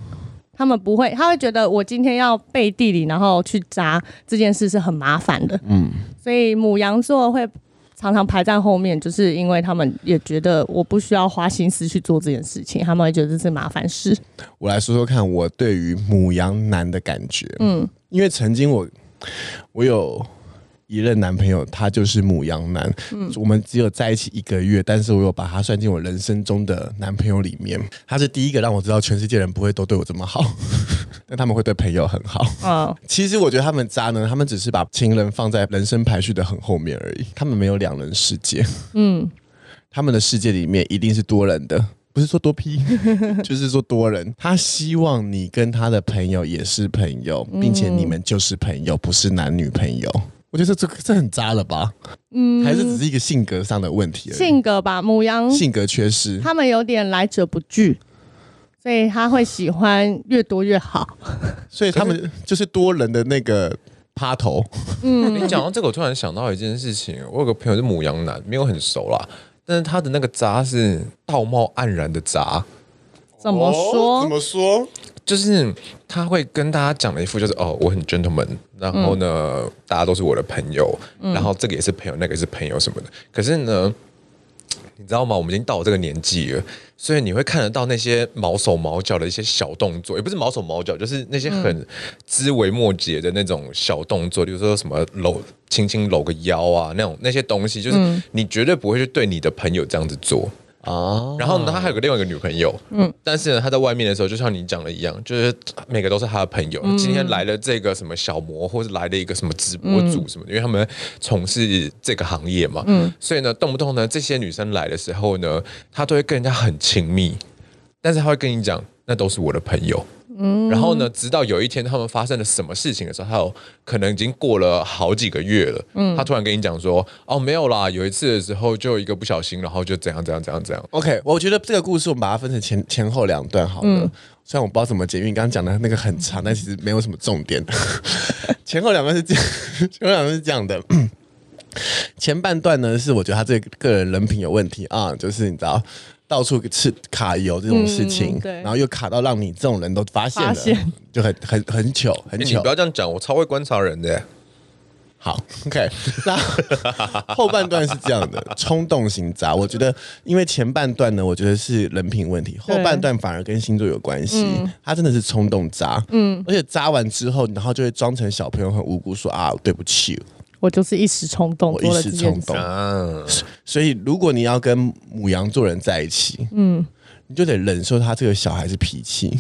B: 他们不会，他会觉得我今天要背地里，然后去渣这件事是很麻烦的。嗯，所以母羊座会常常排在后面，就是因为他们也觉得我不需要花心思去做这件事情，他们会觉得这是麻烦事。
C: 我来说说看我对于母羊男的感觉。嗯，因为曾经我我有一任男朋友，他就是母羊男。我们只有在一起一个月，但是我有把他算进我人生中的男朋友里面。他是第一个让我知道全世界人不会都对我这么好， 但他们会对朋友很好。
B: 嗯，
C: 其实我觉得他们渣呢，他们只是把情人放在人生排序的很后面而已，他们没有两人世界。嗯，他们的世界里面一定是多人的，不是说多 批，就是说多人。他希望你跟他的朋友也是朋友，并且你们就是朋友，不是男女朋友。我觉得这这这很渣了吧？嗯，还是只是一个性格上的问题而已，
B: 性格吧，母羊
C: 性格缺失。
B: 他们有点来者不拒，所所以他会喜欢越多越好。
C: 所以他们就是多人的那个趴头，
A: 你讲到这个，我突然想到一件事情，我有个朋友是母羊男，没有很熟啦，但是他的那个渣是道貌岸然的渣，
B: 怎么说？
C: 哦怎么说？
A: 就是他会跟大家讲的一副就是哦，我很 gentleman，然后呢，大家都是我的朋友，然后这个也是朋友，那个也是朋友什么的。可是呢，你知道吗？我们已经到我这个年纪了，所以你会看得到那些毛手毛脚的一些小动作，也不是毛手毛脚，就是那些很枝微末节的那种小动作，比如说什么搂、轻轻搂个腰啊，那种那些东西，就是你绝对不会去对你的朋友这样子做。
D: 哦，
A: 然后呢，他还有个另外一个女朋友，嗯，但是呢，他在外面的时候，就像你讲的一样，就是每个都是他的朋友。今天来了这个什么小模，或是来了一个什么直播主什么的，因为他们从事这个行业嘛，嗯，所以呢，动不动呢，这些女生来的时候呢，他都会跟人家很亲密，但是他会跟你讲，那都是我的朋友。然后呢，直到有一天他们发生了什么事情的时候，他有可能已经过了好几个月了，他突然跟你讲说，哦，没有啦，有一次的时候就一个不小心，然后就怎样怎样怎样怎样，
C: OK，我觉得这个故事我们把它分成前前后两段好了。
B: 嗯
C: 虽然我不知道怎么解，因为你刚刚讲的那个很长，但其实没有什么重点。 前后两段是这样， 前后两段是这样的。 前半段呢，是我觉得他这个个人人品有问题啊，就是你知道到处吃卡油这种事情，
B: 嗯对
C: 然后又卡到让你这种人都发现了，
B: 发现
C: 就很很很糗，很
A: 欸你
C: 糗。
A: 不要这样讲，我超会观察人 的。
C: 好，OK，那后半段是这样的，冲动 型渣。我觉得，因为前半段呢，我觉得是人品问题，后半段反而跟星座有关系。
B: 嗯
C: 他真的是冲动渣，嗯，而且渣完之后，然后就会装成小朋友很无辜说啊，对不起，
B: 我就是一时冲动
C: 我
B: 做
C: 一
B: 了这
C: 时
B: 件
C: 冲
B: 事。
C: 动。
A: 啊，
C: 所以，如果你要跟母羊座人在一起，嗯，你就得忍受他这个小孩子脾气。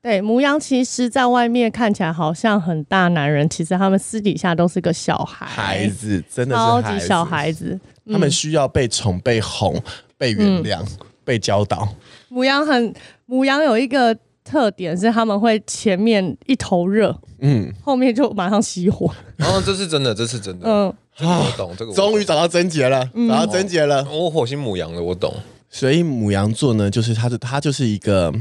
B: 对，母羊其实在外面看起来好像很大男人，其实他们私底下都是个小孩，
C: 孩子真的
B: 超
C: 是
B: 级小孩嗯子。
C: 他们需要被宠、被哄、被原
B: 嗯
C: 谅、被教导。
B: 母羊很，母羊有一个特点是他们会前面一头热，
C: 嗯，
B: 后面就马上熄火。
A: 哦，这是真的，这是真的。
B: 嗯，
A: 这个我懂，这个我懂
C: 终于找到症结了，找到症结了。
A: 我火星母羊了，我懂。
C: 所以母羊座呢，就是它的它就是一个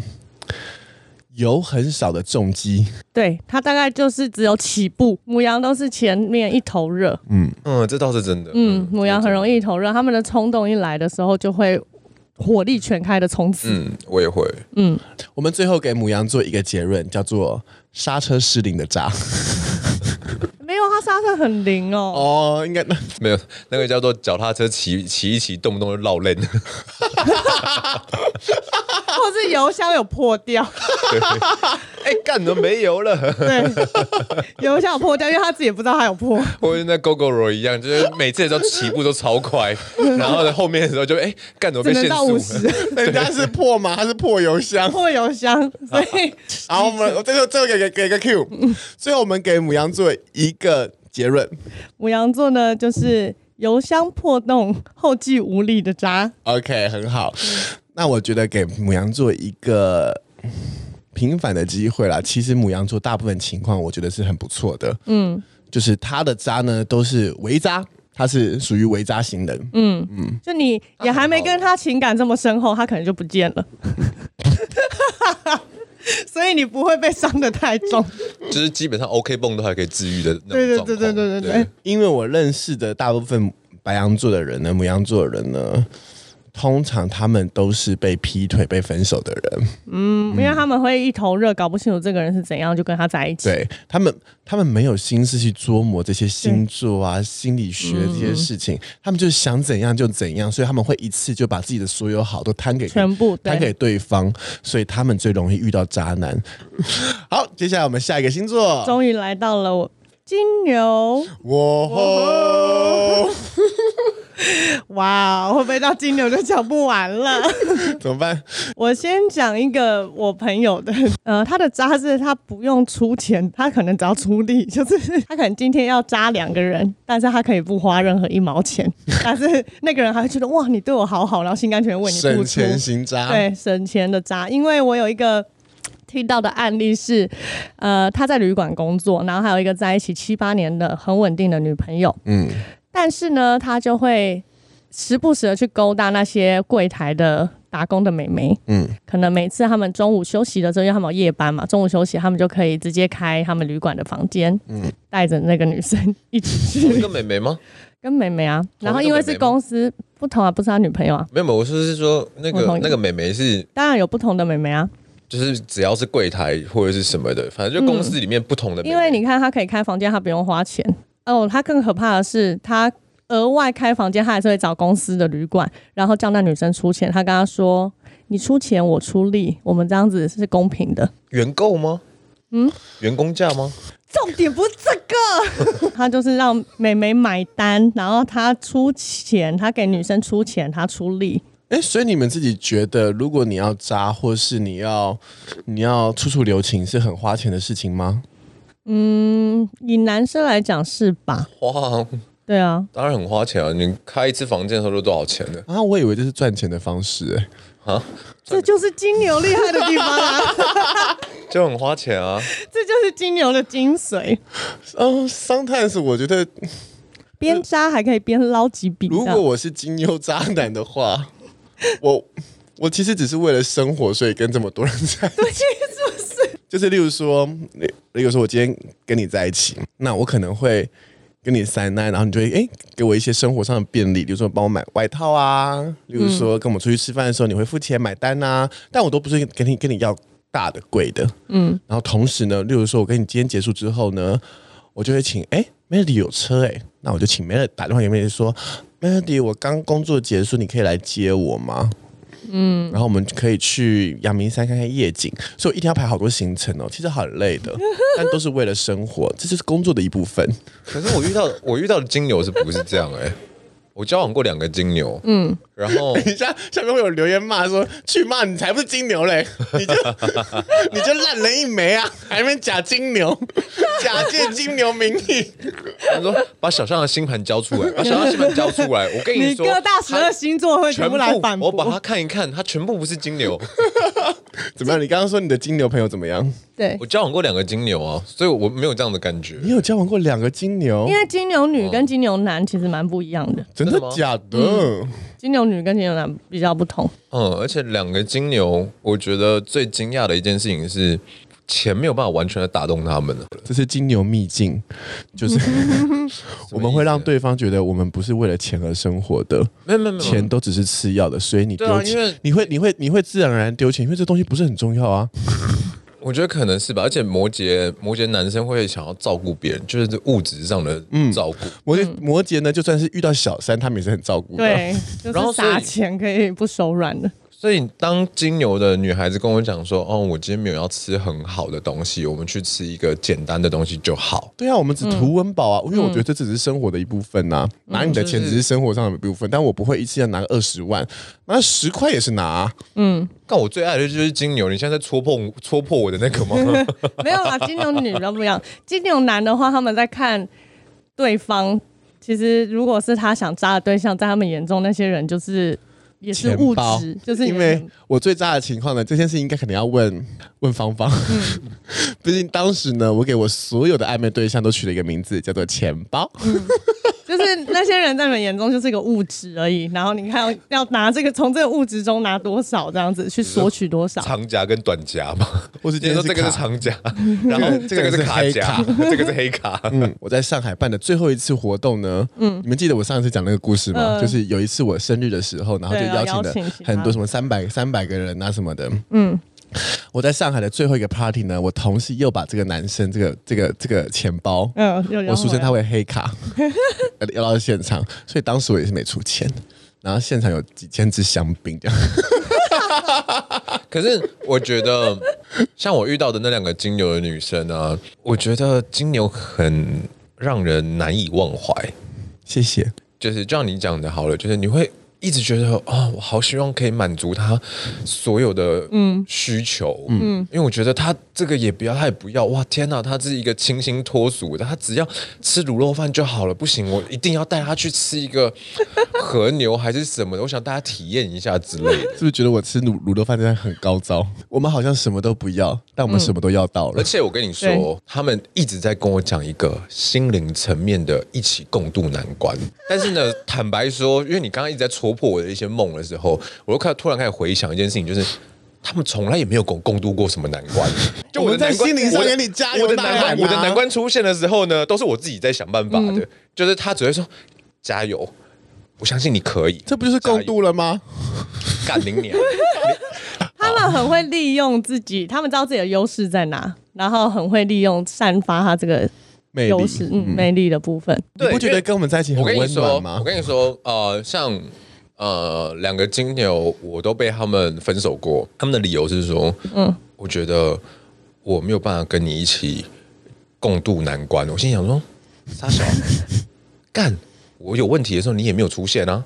C: 油很少的重击，
B: 对，它大概就是只有起步，母羊都是前面一头热。
A: 嗯，这倒是真的。
B: 嗯，母羊很容易一头热，他们的冲动一来的时候就会火力全开的冲刺。
A: 嗯，我也会。
C: 我们最后给母羊座一个结论，叫做刹车失灵的渣。
B: 没有，它刹车很灵哦。
C: 哦， 应该
A: 没有那个叫做脚踏车骑骑一骑，动不动就落泪。
B: 或是油箱有破掉，
A: 哎，干都没油 了，
B: 对，油箱有破掉，因为他自己也不知道他有破。
A: 或者那 GoGo 罗一样，就是每次都起步都超 快，然后呢后面的时候就哎干怎么被限
B: 只能到
A: 速了？
B: 50
C: 人家是破嘛，他是破油箱。
B: 破油箱，所以
C: 好，我们最后最后给给给个 Q，最后我们给母羊座一个结论。
B: 母羊座呢，就是油箱破洞，后继无力的渣。
C: OK，很好。那我觉得给母羊座一个嗯平反的机会啦。其实母羊座大部分情况，我觉得是很不错的。嗯，就是他的渣呢都是围渣，他是属于围渣型人。嗯，
B: 就你也还没跟他情感这么深厚，他可能就不见了。 所以你不会被伤得太重。
A: 就是基本上 OK 泵都还可以治愈的那种
B: 对对
A: 状
B: 对
A: 况
B: 对对对对。
C: 因为我认识的大部分白羊座的人呢，母羊座的人呢，通常他们都是被劈腿、被分手的人。
B: 嗯，因为他们会一头热，搞不清楚这个人是怎样，就跟他在一起。
C: 对他们，他们没有心思去琢磨这些星座啊、心理学
B: 嗯
C: 这些事情，他们就是想怎样就怎样，所以他们会一次就把自己的所有好都摊给
B: 全部对
C: 摊给对方，所以他们最容易遇到渣 男。好，接下来我们下一个星座，
B: 终于来到了我金牛，
C: 我吼，
B: 哇，哦会不会到金牛就讲不完了？
C: 怎么办？
B: 我先讲一个我朋友的， 呃，他的渣是他不用出钱，他可能只要出力，就是他可能今天要扎两个人，但是他可以不花任何一毛钱，但是那个人还会觉得哇，你对我好好，然后心甘情愿为你付
C: 省
B: 出，
C: 钱型渣，
B: 对，省钱的渣。因为我有一个听到的案例是，呃，他在旅馆工作，然后还有一个在一起七八年的很稳定的女朋友，
C: 嗯，
B: 但是呢，他就会时不时的去勾搭那些柜台的。打工的美眉，
C: 嗯，
B: 可能每次他们中午休息的时候，因为他们有夜班嘛，中午休息他们就可以直接开他们旅馆的房间，嗯，带着那个女生一起
A: 哦同一
B: 去
A: 个妹妹吗？
B: 跟美眉啊，然后因为是公司不同啊，不是他女朋友啊，
A: 没有，没有我说是说那
B: 我同
A: 个
B: 意
A: 那个妹妹是
B: 当然有不同的美眉啊，
A: 就是只要是柜台或者是什么的，反正就公司里面不同的妹妹、
B: 嗯因为你看他可以开房间，他不用花钱。哦，他更可怕的是，他额外开房间，他还是会找公司的旅馆，然后叫那女生出钱。他跟他说：“你出钱，我出力，我们这样子是公平的。
A: 员购吗？嗯，员工价吗？”
B: 重点不是这个， 他就是让美美买单，然后他出钱，他给女生出钱，他出力。
C: 哎，所以你们自己觉得，如果你要渣，或是你要你要处处留情，是很花钱的事情吗？
B: 以男生来讲是吧？
A: 哇，
B: 对啊，
A: 当然很花钱啊！你开一次房间的时候都多少钱呢？啊
C: 啊，我以为这是赚钱的方式、诶
B: 这就是金牛厉害的地方啊，
A: 就很花钱啊！
B: 这就是金牛的精髓。
C: 嗯，sometimes 我觉得，
B: 边扎还可以边捞几笔。
C: 如
B: 这
C: 果
B: 样
C: 我是金牛渣男的话，我我其实只是为了生活，所以跟这么多人在一起，就是例如说，例例如说我今天跟你在一起，那我可能会跟你塞奶，然后你就会哎、诶给我一些生活上的便利，比如说帮我买外套啊，例如说跟我们出去吃饭的时候你会付钱买单啊，但我都不是跟你跟你要大的贵的，嗯，然后同时呢，例如说我跟你今天结束之后呢，我就会请哎、诶 Melody 有车哎、诶那我就请 Melody 打电话给 Melody 说 Melody 我刚工作结束，你可以来接我吗？然后我们可以去阳明山看看夜景，所以我一天要排好多行程哦，其实很累 的，但都是为了生活，这就是工作的一部分。
A: 可是我遇到我遇到的金牛是不是这样、欸？哎，我交往过两个金牛，嗯，然后
C: 等一下，下面会有留言骂说：“去骂你才不是金牛嘞，你就 你就烂人一枚啊，还没假 金牛，假借金牛名义。
A: 他说把小象的星盘交出来，把小象的星盘交出来。我跟
B: 你
A: 说，
B: 各大十二星座会全
A: 全
B: 部来反
A: 我把它
B: 驳。
A: 看一看，它全部不是金 牛。
C: 怎么样？你刚刚说你的金牛朋友怎么样？
B: 对
A: 我，交往过两个金牛啊，所以我没有这样的感觉。
C: 你有交往过两个金牛
B: 因？为金牛女
A: 哦
B: 跟金牛男其实蛮不一样的，
C: 真的
A: 真的吗
C: 假的？
B: 金牛女跟金牛男比较不同。
A: 嗯，而且两个金牛，我觉得最惊讶的一件事情是，钱没有办法完全的打动他们了。
C: 这是金牛秘境，就是 我们会让对方觉得我们不是为了钱而生活的。
A: 没有没有没有，
C: 钱都只是吃药的，所以你丢
A: 对啊
C: 钱，
A: 因为
C: 你会你会你会自然而然丢钱，因为这东西不是很重要啊。
A: 我觉得可能是吧。而且摩羯摩羯男生会想要照顾别人，就是物质上的照顾。
C: 摩羯、摩羯呢，就算是遇到小三，他们也是很照顾的。
B: 对，就
A: 然
B: 是
A: 后所以
B: 撒钱可以不手软的。
A: 所以当金牛的女孩子跟我讲说：“哦，我今天没有要吃很好的东西，我们去吃一个简单的东西就好。”
C: 对啊，我们只图温饱
A: 嗯
C: 啊，因为我觉得这只是生活的一部分呐、拿你的钱只是生活上的一部分，但我不会一次要拿二十万，拿十块也是拿啊、
A: 但我最爱的就是金牛，你现在在戳破戳破我的那个吗？
B: 没有啦，金牛女都不一样。金牛男的话，他们在看对方，其实如果是他想渣的对象，在他们眼中那些人就是也是
C: 钱
B: 物
C: 包
B: 质，就是
C: 因
B: 也
C: 为我最渣的情况呢，这件事应该可能要问问芳芳。
A: 嗯
C: 毕竟当时呢，我给我所有的暧昧对象都取了一个名字，叫做钱包。
B: 就是那些人在你们眼中就是一个物质而已，然后你看要拿这个从这个物质中拿多少这样子去索取多少，
A: 长夹跟短夹嘛，
C: 我是
A: 今天说这个是
C: 卡
A: 长 夹，然后
C: 这
A: 这
C: 个
A: 个
C: 是
A: 是卡
C: 黑
A: 夹
C: 卡，
A: 这个是黑 卡。
C: 嗯，我在上海办的最后一次活动呢，嗯，你们记得我上一次讲那个故事吗？
B: 嗯
C: 就是有一次我生日的时候，然后就
B: 对啊
C: 邀
B: 邀
C: 请
B: 请
C: 了
B: 其他
C: 很多什么三百三百个人啊什么的，嗯。我在上海的最后一个 party 呢，我同事又把这个男生这个这个这个钱包，
B: 嗯，有
C: 我俗称他
B: 会
C: 为黑卡， 要到现场，所以当时我也是没出钱。然后现场有几千支香槟，这样
A: 可是我觉得，像我遇到的那两个金牛的女生啊，我觉得金牛很让人难以忘怀。
C: 谢谢。
A: 就是就像你讲的，好了，就是你会一直觉得哦，我好希望可以满足他所有的嗯需求，嗯，因为我觉得他这个也不要，他也不要，哇，天哪，他是一个清新脱俗的，他只要吃卤肉饭就好了，不行，我一定要带他去吃一个和牛还是什么的，我想大家体验一下之类的。
C: 是不是觉得我吃卤卤肉饭真的很高招？我们好像什么都不要，但
B: 嗯
C: 我们什么都要到了。
A: 而且我跟你说
B: 对，
A: 他们一直在跟我讲一个心灵层面的一起共度难关。但是呢， 坦白说，因为你刚刚一直在戳破我的一些梦的时候，我又开始突然开始回想一件事情，就是。他们从来也没有共共度过什么难 关，就
C: 我
A: 我的
C: 们在
A: 难关
C: 心灵上
A: 我的
C: 给你加油
A: 我的
C: 打
A: 难关，
C: 奶
A: 我的
C: 吗
A: 难关出现的时候呢，都是我自己在想办法的。
C: 嗯
A: 就是他只会说加油，我相信你可以。
C: 这不就是共度了吗？
A: 干你 娘！
B: 他们很会利用自己，他们知道自己的优势在哪，然后很会利用散发他这个
C: 魅
B: 优
C: 力，
B: 势，嗯，魅力的部分。
C: 你
A: 对
C: 不觉
A: 因
C: 得
A: 为
C: 跟我们在一起很
A: 我跟你
C: 温
A: 说
C: 暖，吗
A: 我？跟你说，呃，像呃两个金牛，我都被他们分手过。他们的理由是说，嗯，我觉得我没有办法跟你一起共度难关。我心想说，傻小干，我有问题的时候你也没有出现啊，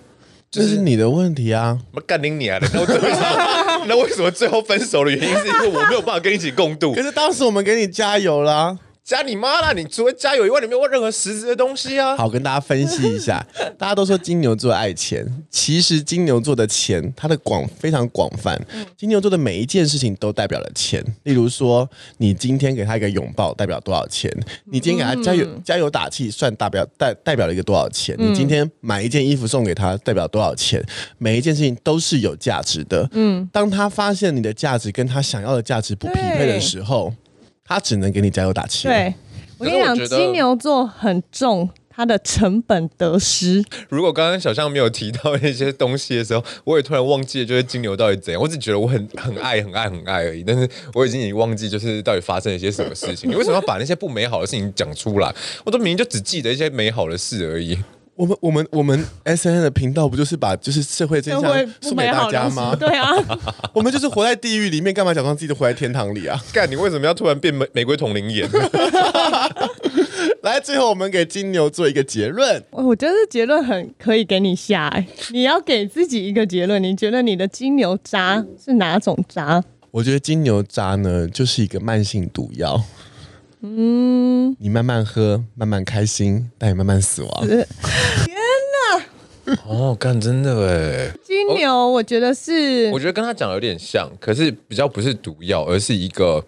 C: 这是你的问题啊！
A: 我干你娘的！那我怎么知道那为什么最后分手的原因是因为我没有办法跟你一起共 度
C: 可？是当时我们给你加油啦。
A: 加你妈啦！你除了加油以外，你没有任何实质的东西啊！
C: 好，跟大家分析一 下，大家都说金牛座爱钱，其实金牛座的钱，它的广非常广泛。
B: 嗯
C: 金牛座的每一件事情都代表了钱，例如说，你今天给他一个拥抱，代表多少钱；你今天给
B: 嗯
C: 他加油、加油打气，算代表代代表了一个多少钱；
B: 嗯
C: 你今天买一件衣服送给他，代表多少钱。每一件事情都是有价值的。嗯，当他发现你的价值跟他想要的价值不匹配的
B: 对
C: 时候，他只能给你加油打气了。
B: 对，我跟你
A: 可
B: 讲
A: 是我觉，得
B: 金牛座很重它的成本得失，
A: 如果刚刚小象没有提到那些东西的时候，我也突然忘记了，就是金牛到底怎样。我只觉得我很很爱、很爱、很爱而已，但是我已经已经忘记就是到底发生了一些什么事情。你为什么要把那些不美好的事情讲出来？我都明明就只记得一些美好的事而已。
C: 我们我们我们 S N 的频道不就是把就是社会真
B: 就会
C: 相
B: 不
C: 送给
B: 美
C: 大
B: 好
C: 家
B: 的
C: 吗
B: 事。？对啊，
C: 我们就是活在地狱里面，干嘛假装自己都活在天堂里啊？
A: 干，你为什么要突然变玫玫瑰同龄眼？
C: 来，最后我们给金牛做一个结论，
B: 我我觉得这结论很可以给你下、欸，你要给自己一个结论，你觉得你的金牛渣是哪种渣？
C: 我觉得金牛渣呢就是一个慢性毒药，嗯，你慢慢喝，慢慢开心，但也慢慢死 亡。
A: 哦，干，真的
B: 金牛，我觉得是
A: 哎，我，觉得跟他讲的有点像，可是比较不是毒药，而是一个，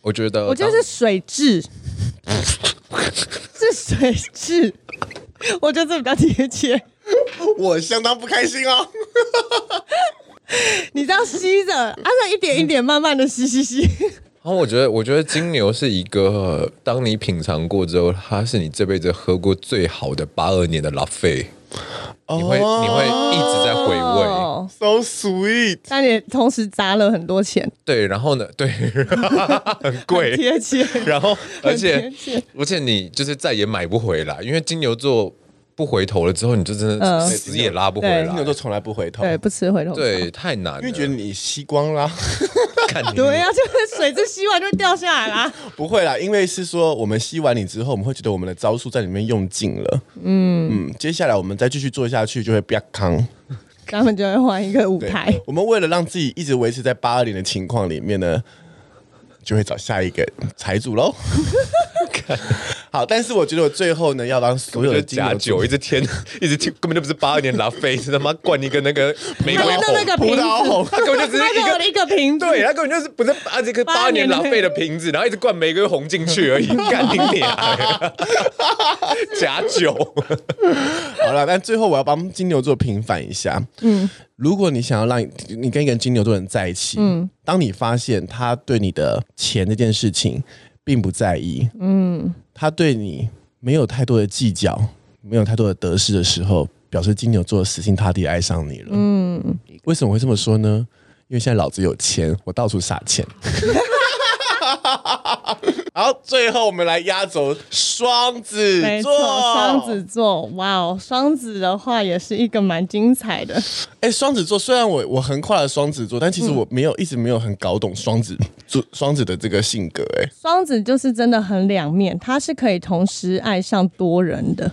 A: 我觉得，
B: 我觉得是水质， 是水质，我觉得这比较贴切。
C: 我相当不开心哦。
B: 你这样吸着，啊，那一点一点慢慢的吸吸吸，
A: 然后我觉得，我觉得金牛是一个，呃当你品尝过之后，它是你这辈子喝过最好的八二年的拉菲， 你会、你会一直在回味。
B: 哦
C: 哦 so sweet，
B: 但也同时砸了很多钱，
A: 对，然后呢， 对，很贵，
B: 贴切。
A: 然后而且
B: 很贴切
A: 而且你就是再也买不回来，因为金牛座不回头了之后，你就真的
B: 嗯
A: 死也拉不回
B: 对
C: 金
A: 来
C: 牛。座从来不回头，
B: 对，不吃回头草。
A: 对，太难了，
C: 因为觉得你吸光啦。
A: 看你
B: 对呀、就是水质吸完就会掉下来啦。
C: 不会啦，因为是说我们吸完你之后，我们会觉得我们的招数在里面用尽了。嗯嗯，接下来我们再继续做下去，就会变康。
B: 他们就会换一个舞
C: 对
B: 台。，
C: 我们为了让自己一直维持在八二零的情况里面呢，就会找下一个财主 喽。好，但是我觉得我最后呢，要让所有
A: 就
C: 的
A: 是
C: 金牛
A: 假酒，一直添， 一直添，根本就不是八二年拉菲，是他妈灌一个那个玫瑰
B: 他
A: 红
B: 用那个
C: 葡
B: 瓶子
C: 萄红，
A: 他根本就只
B: 他
A: 是一
B: 给我
A: 个
B: 的一个瓶 子，
A: 对，他根本就是不是把这个八
B: 八
A: 年
B: 年
A: 浪费的瓶子，然后一直灌玫瑰红进去 而已，干你娘欸！假 酒，。
C: 好了，但最后我要帮金牛座平反一下。嗯，如果你想要让你你跟一个金牛座人在一起，嗯，当你发现他对你的钱这件事情并不在意，嗯，他对你没有太多的计较，没有太多的得失的时候，表示金牛座死心塌地地爱上你了。嗯，为什么会这么说呢？因为现在老子有钱，我到处撒钱。好，最后我们来压轴双子座，
B: 没错，双子座，哇哦，双子的话也是一个蛮精彩的。
C: 哎，双子座虽然我我横跨了双子座，但其实
B: 嗯
C: 我没有、一直没有很搞懂双子座双子的这个性格、哎，
B: 双子就是真的很两面，他是可以同时爱上多人的，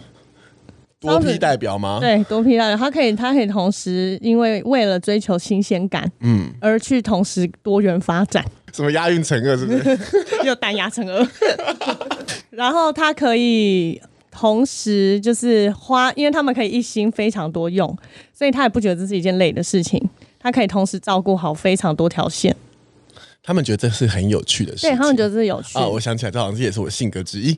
C: 多
B: 双子
C: 批代表吗？，
B: 对，多批量，他可以，他可以 同时因为为了追求新鲜感，嗯，而去同时多元发展。
C: 什么押韵乘二，是 不是？
B: 又单压成二， 然后它可以同时就是花，因为他们可以一心非常多用，所以他也不觉得这是一件累的事情。他可以同时照顾好非常多条线，
C: 他们觉得这是很有趣的事情。
B: 对他们觉得这是有趣，
C: 啊，我想起来，这好像是也是我性格之一。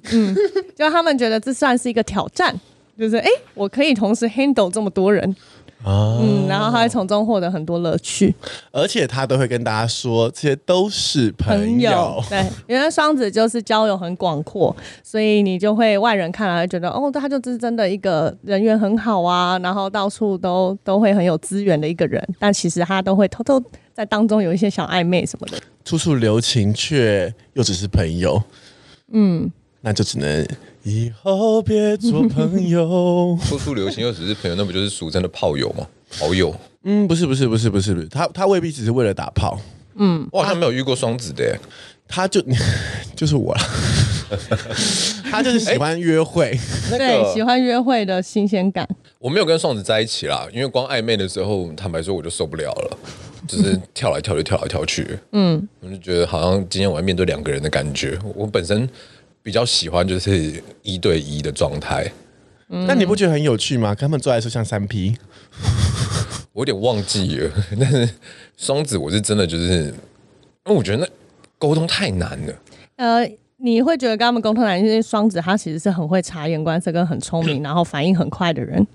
B: 就他们觉得这算是一个挑战，就是诶，我可以同时 handle 这么多人，
C: 啊
B: 嗯，然后他会从中获得很多乐趣。
C: 而且他都会跟大家说，这些都是
B: 朋
C: 朋
B: 友
C: 友。，
B: 对，因为双子就是交友很广阔，所以你就会外人看来会觉得，哦，他就是真的一个人缘很好啊，然后到处都都会很有资源的一个人，但其实他都会偷偷在当中有一些小暧昧什么的。
C: 处处留情，却又只是朋友。嗯，那就只能以后别做 朋友
A: 处处留情又只是朋友，那不就是俗称的炮友吗？好友，
C: 嗯，不是，不是，不是，不是，不是，他他未必只是为了打炮，
A: 我好像没有遇过双子的欸耶。
C: 他就 就是 我了。他就是喜欢约会，
B: 哎
A: 那
B: 对，喜
A: 个
B: 欢约会的新鲜感，
A: 我没有跟双子在一起啦，因为光暧昧的时候，坦白说我就受不了了，就是跳来跳去，跳来跳去，嗯，我就觉得好像今天我要面对两个人的感觉。我本身比较喜欢就是一对一的状态，
B: 嗯
C: 但你不觉得很有趣吗？跟他们做爱的时候像三 P，
A: 我有点忘记了，但是双子我是真的就是，因为我觉得那沟通太难了。
B: 呃。你会觉得跟他们沟通难，因为双子他其实是很会察言观色，跟很聪 明，然后反应很快的人。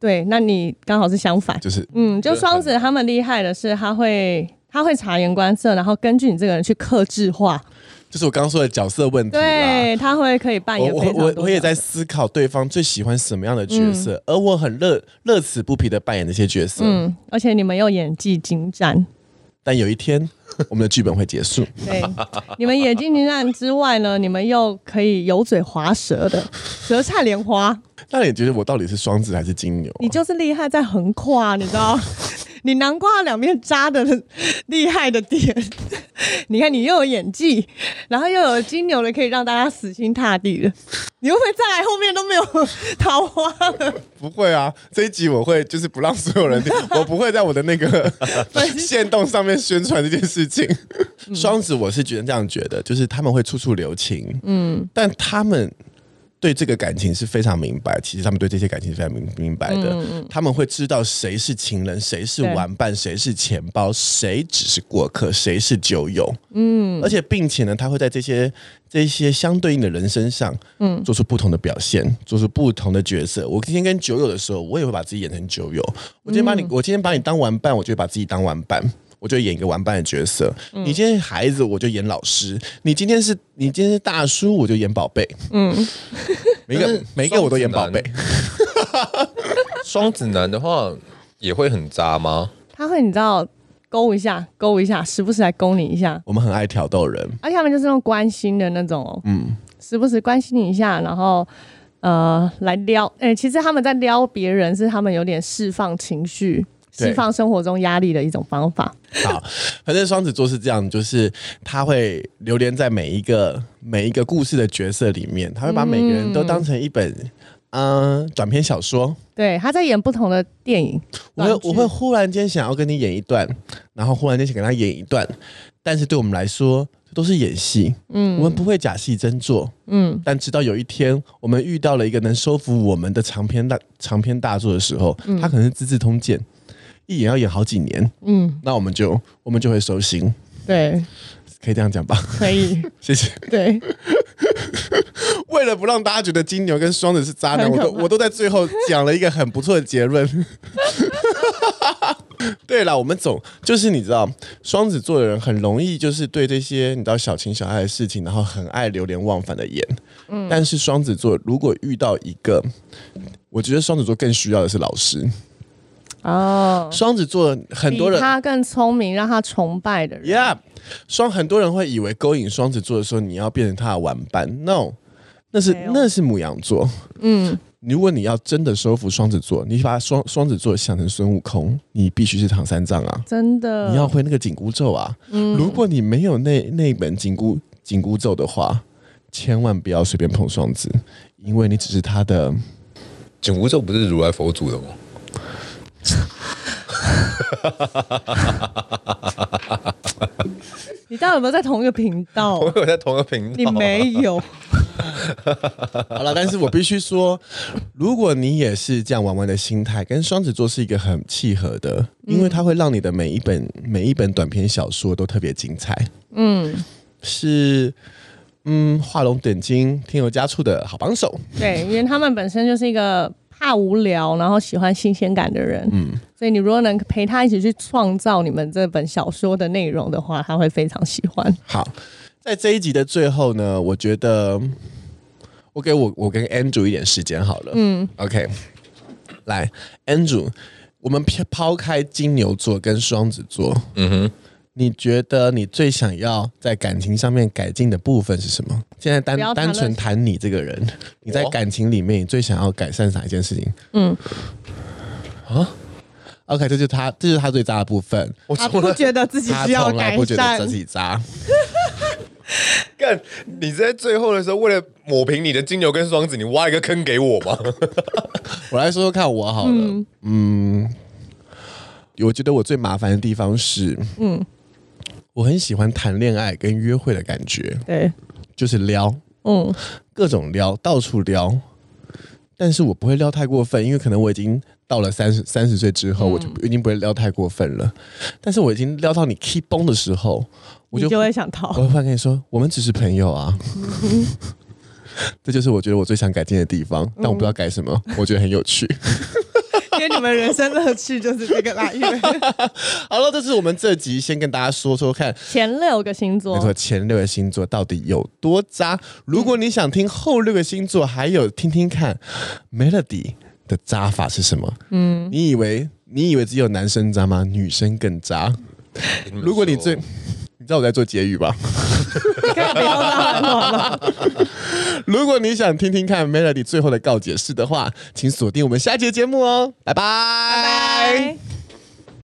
B: 对，那你刚好是相反，
C: 嗯就是
B: 嗯，就双子他们厉害的是，他会他会察言观色，然后根据你这个人去克制化，
C: 就是我刚刚说的角色问题啦。
B: 对，哎他会可以扮
C: 我
B: 演非
C: 我
B: 常多
C: 我
B: 角色
C: 我也在思考对方最喜欢什么样的角色，而我很乐乐此不疲的扮演那些角色。
B: 嗯，而且你们又演技精湛，
C: 但有一天，我们的剧本会结束。
B: 对，你们演技精湛之外呢，你们又可以油嘴滑舌的，舌灿莲花，
C: 那你觉得我到底是双子还是金牛啊？
B: 你就是厉害在横跨，你知道。 你南瓜两边扎的厉害的点， 你看你又有演技，然后又有金牛的，可以让大家死心塌地的。你会不会再来后面都没有 桃花了？
C: 不会啊，这一集我会就是不让所有人听，我不会在我的那个线动上面宣传这件事情。双子我是觉得这样觉得，就是他们会处处留情，嗯，但他们。对这个感情是非常明白，其实他们对这些感情是非常明明白的，他们会知道谁是情人，谁是
B: 对
C: 玩伴，谁是钱包，谁只是过客，谁是酒友，嗯，而且并且呢，他会在这些这些相对应的人身上，嗯，做出不同的表现，做出不同的角色。我今天跟酒友的时候，我也会把自己演成酒友。我今天把你，我今天把你当玩伴，我就会把自己当玩伴。我就演一个玩伴的角色。你今天孩子，我就演老师；你今天是你今天是大叔，我就演宝贝。嗯，每一 个每一个我都演宝贝。
A: 双子男的话也会很渣吗？
B: 他会你知道勾一下，勾一下，时不时来勾你一下，
C: 我们很爱挑逗人，
B: 而且他们就是那种关心的那种、哦，嗯，时不时关心你一下，然后呃来撩，哎、其实他们在撩别人，是他们有点释放情绪。
C: 对
B: 释放生活中压力的一种方法，
C: 好， 反正双子座是这样，就是他会流连在每一个每一个故事的角色里面，他会把每个人都当成一本嗯、呃短篇小说。
B: 对，他在演不同的电影。
C: 我会
B: 短剧
C: 我会忽然间想要跟你演一段，然后忽然间想跟他演一段，但是对我们来说这都是演戏，嗯，我们不会假戏真做，嗯，但直到有一天我们遇到了一个能收服我们的长篇大长篇大作的时候，他可能是《资治通鉴》，一演要演好几年，嗯，那我们就我们就会收心，
B: 对，
C: 可以这样讲吧？
B: 可 以，
C: 谢谢。
B: 对，
C: 为了不让大家觉得金牛跟双子是渣男，
B: 很
C: 我
B: 可怕
C: 都我都在最后讲了一个很不错的结论。 对啦，我们总就是你知道，双子座的人很容易就是对这些你知道小情小爱的事情，然后很爱流连忘返的演。嗯，但是双子座如果遇到一个，我觉得双子座更需要的是老师。
B: 哦，
C: 双子座很多人
B: 比他更聪明，让他崇拜的人，
C: Yeah，双很多人会以为勾引双子座的时候，你要变成他的玩伴。No，那是
B: 没有
C: 那是母羊座。嗯，如果你要真的收服双子座，你把双双子座想成孙悟空，你必须是唐三藏啊，
B: 真的。
C: 你要会那个紧箍咒啊。
B: 嗯
C: 如果你没有那那本紧箍紧箍咒的话，千万不要随便碰双子，因为你只是他的。
A: 紧箍咒不是如来佛祖的 吗？
B: 你到底有没有在同一个频道
A: 我？有在同一个频道、
B: 你没有，
C: 啊 好了，但是我必须说，如果你也是这样玩玩的心态，跟双子座是一个很契合的，因为它会让你的每一本每一本短篇小说都特别精彩。嗯，是嗯画龙点睛、添油加醋的好帮手。
B: 对，因为他们本身就是一个怕无聊，然后喜欢新鲜感的人，嗯，所以你如果能陪他一起去创造你们这本小说的内容的话，他会非常喜 欢。
C: 好，在这一集的最后呢，我觉得我给我我跟 Andrew 一点时间好了。嗯，OK，来，Andrew，我们撇抛开金牛座跟双子座，嗯哼，你觉得你最想要在感情上面改进的部分是什么？现在单
B: 不要谈
C: 单
B: 论
C: 纯谈你这个人，你在
A: 我
C: 感情里面你最想要改善哪一件事情？嗯，啊，OK，这就是他，这就是他最渣的部分。
A: 我
B: 他
A: 从
B: 啊不
A: 来
B: 觉得自己
C: 他
B: 需要
C: 从来
B: 改
C: 不觉得
B: 善
C: 自，己渣。
A: 干，你在最后的时候为了抹平你的金牛跟双子，你挖一个坑给我 吗？
C: 我来说说看我好了，嗯我觉得我最麻烦的地方是，嗯，我很喜欢谈恋爱跟约会的感觉，
B: 对，
C: 就是撩，
B: 嗯，
C: 各种撩，到处撩，但是我不会撩太过分，因为可能我已经到了三十三十岁之后，我就已经不会撩太过分了，但是我已经撩到你 key 崩的时候，我
B: 你
C: 就
B: 就会想逃
C: 我。会忽然跟你说，我们只是朋友啊。 这就是我觉得我最想改进的地方，但我不知道改什么，我觉得很有趣。
B: 因为你们人生乐趣就是这个啦，因为
C: 好了，这是我们这集先跟大家说说看，
B: 前六个星
C: 没错，
B: 座，
C: 前六个星座到底有多渣。如果你想听后六个星座，还有听听看 Melody 的渣法是什么？嗯，你以为你以为只有男生渣吗？女生更渣。如果你最，你知道我在做结语吧？
B: 你可以不要乱乱了。
C: 如果你想听听看 Melody 最后的告解式的话，请锁定我们下节节目哦，拜拜
B: 拜。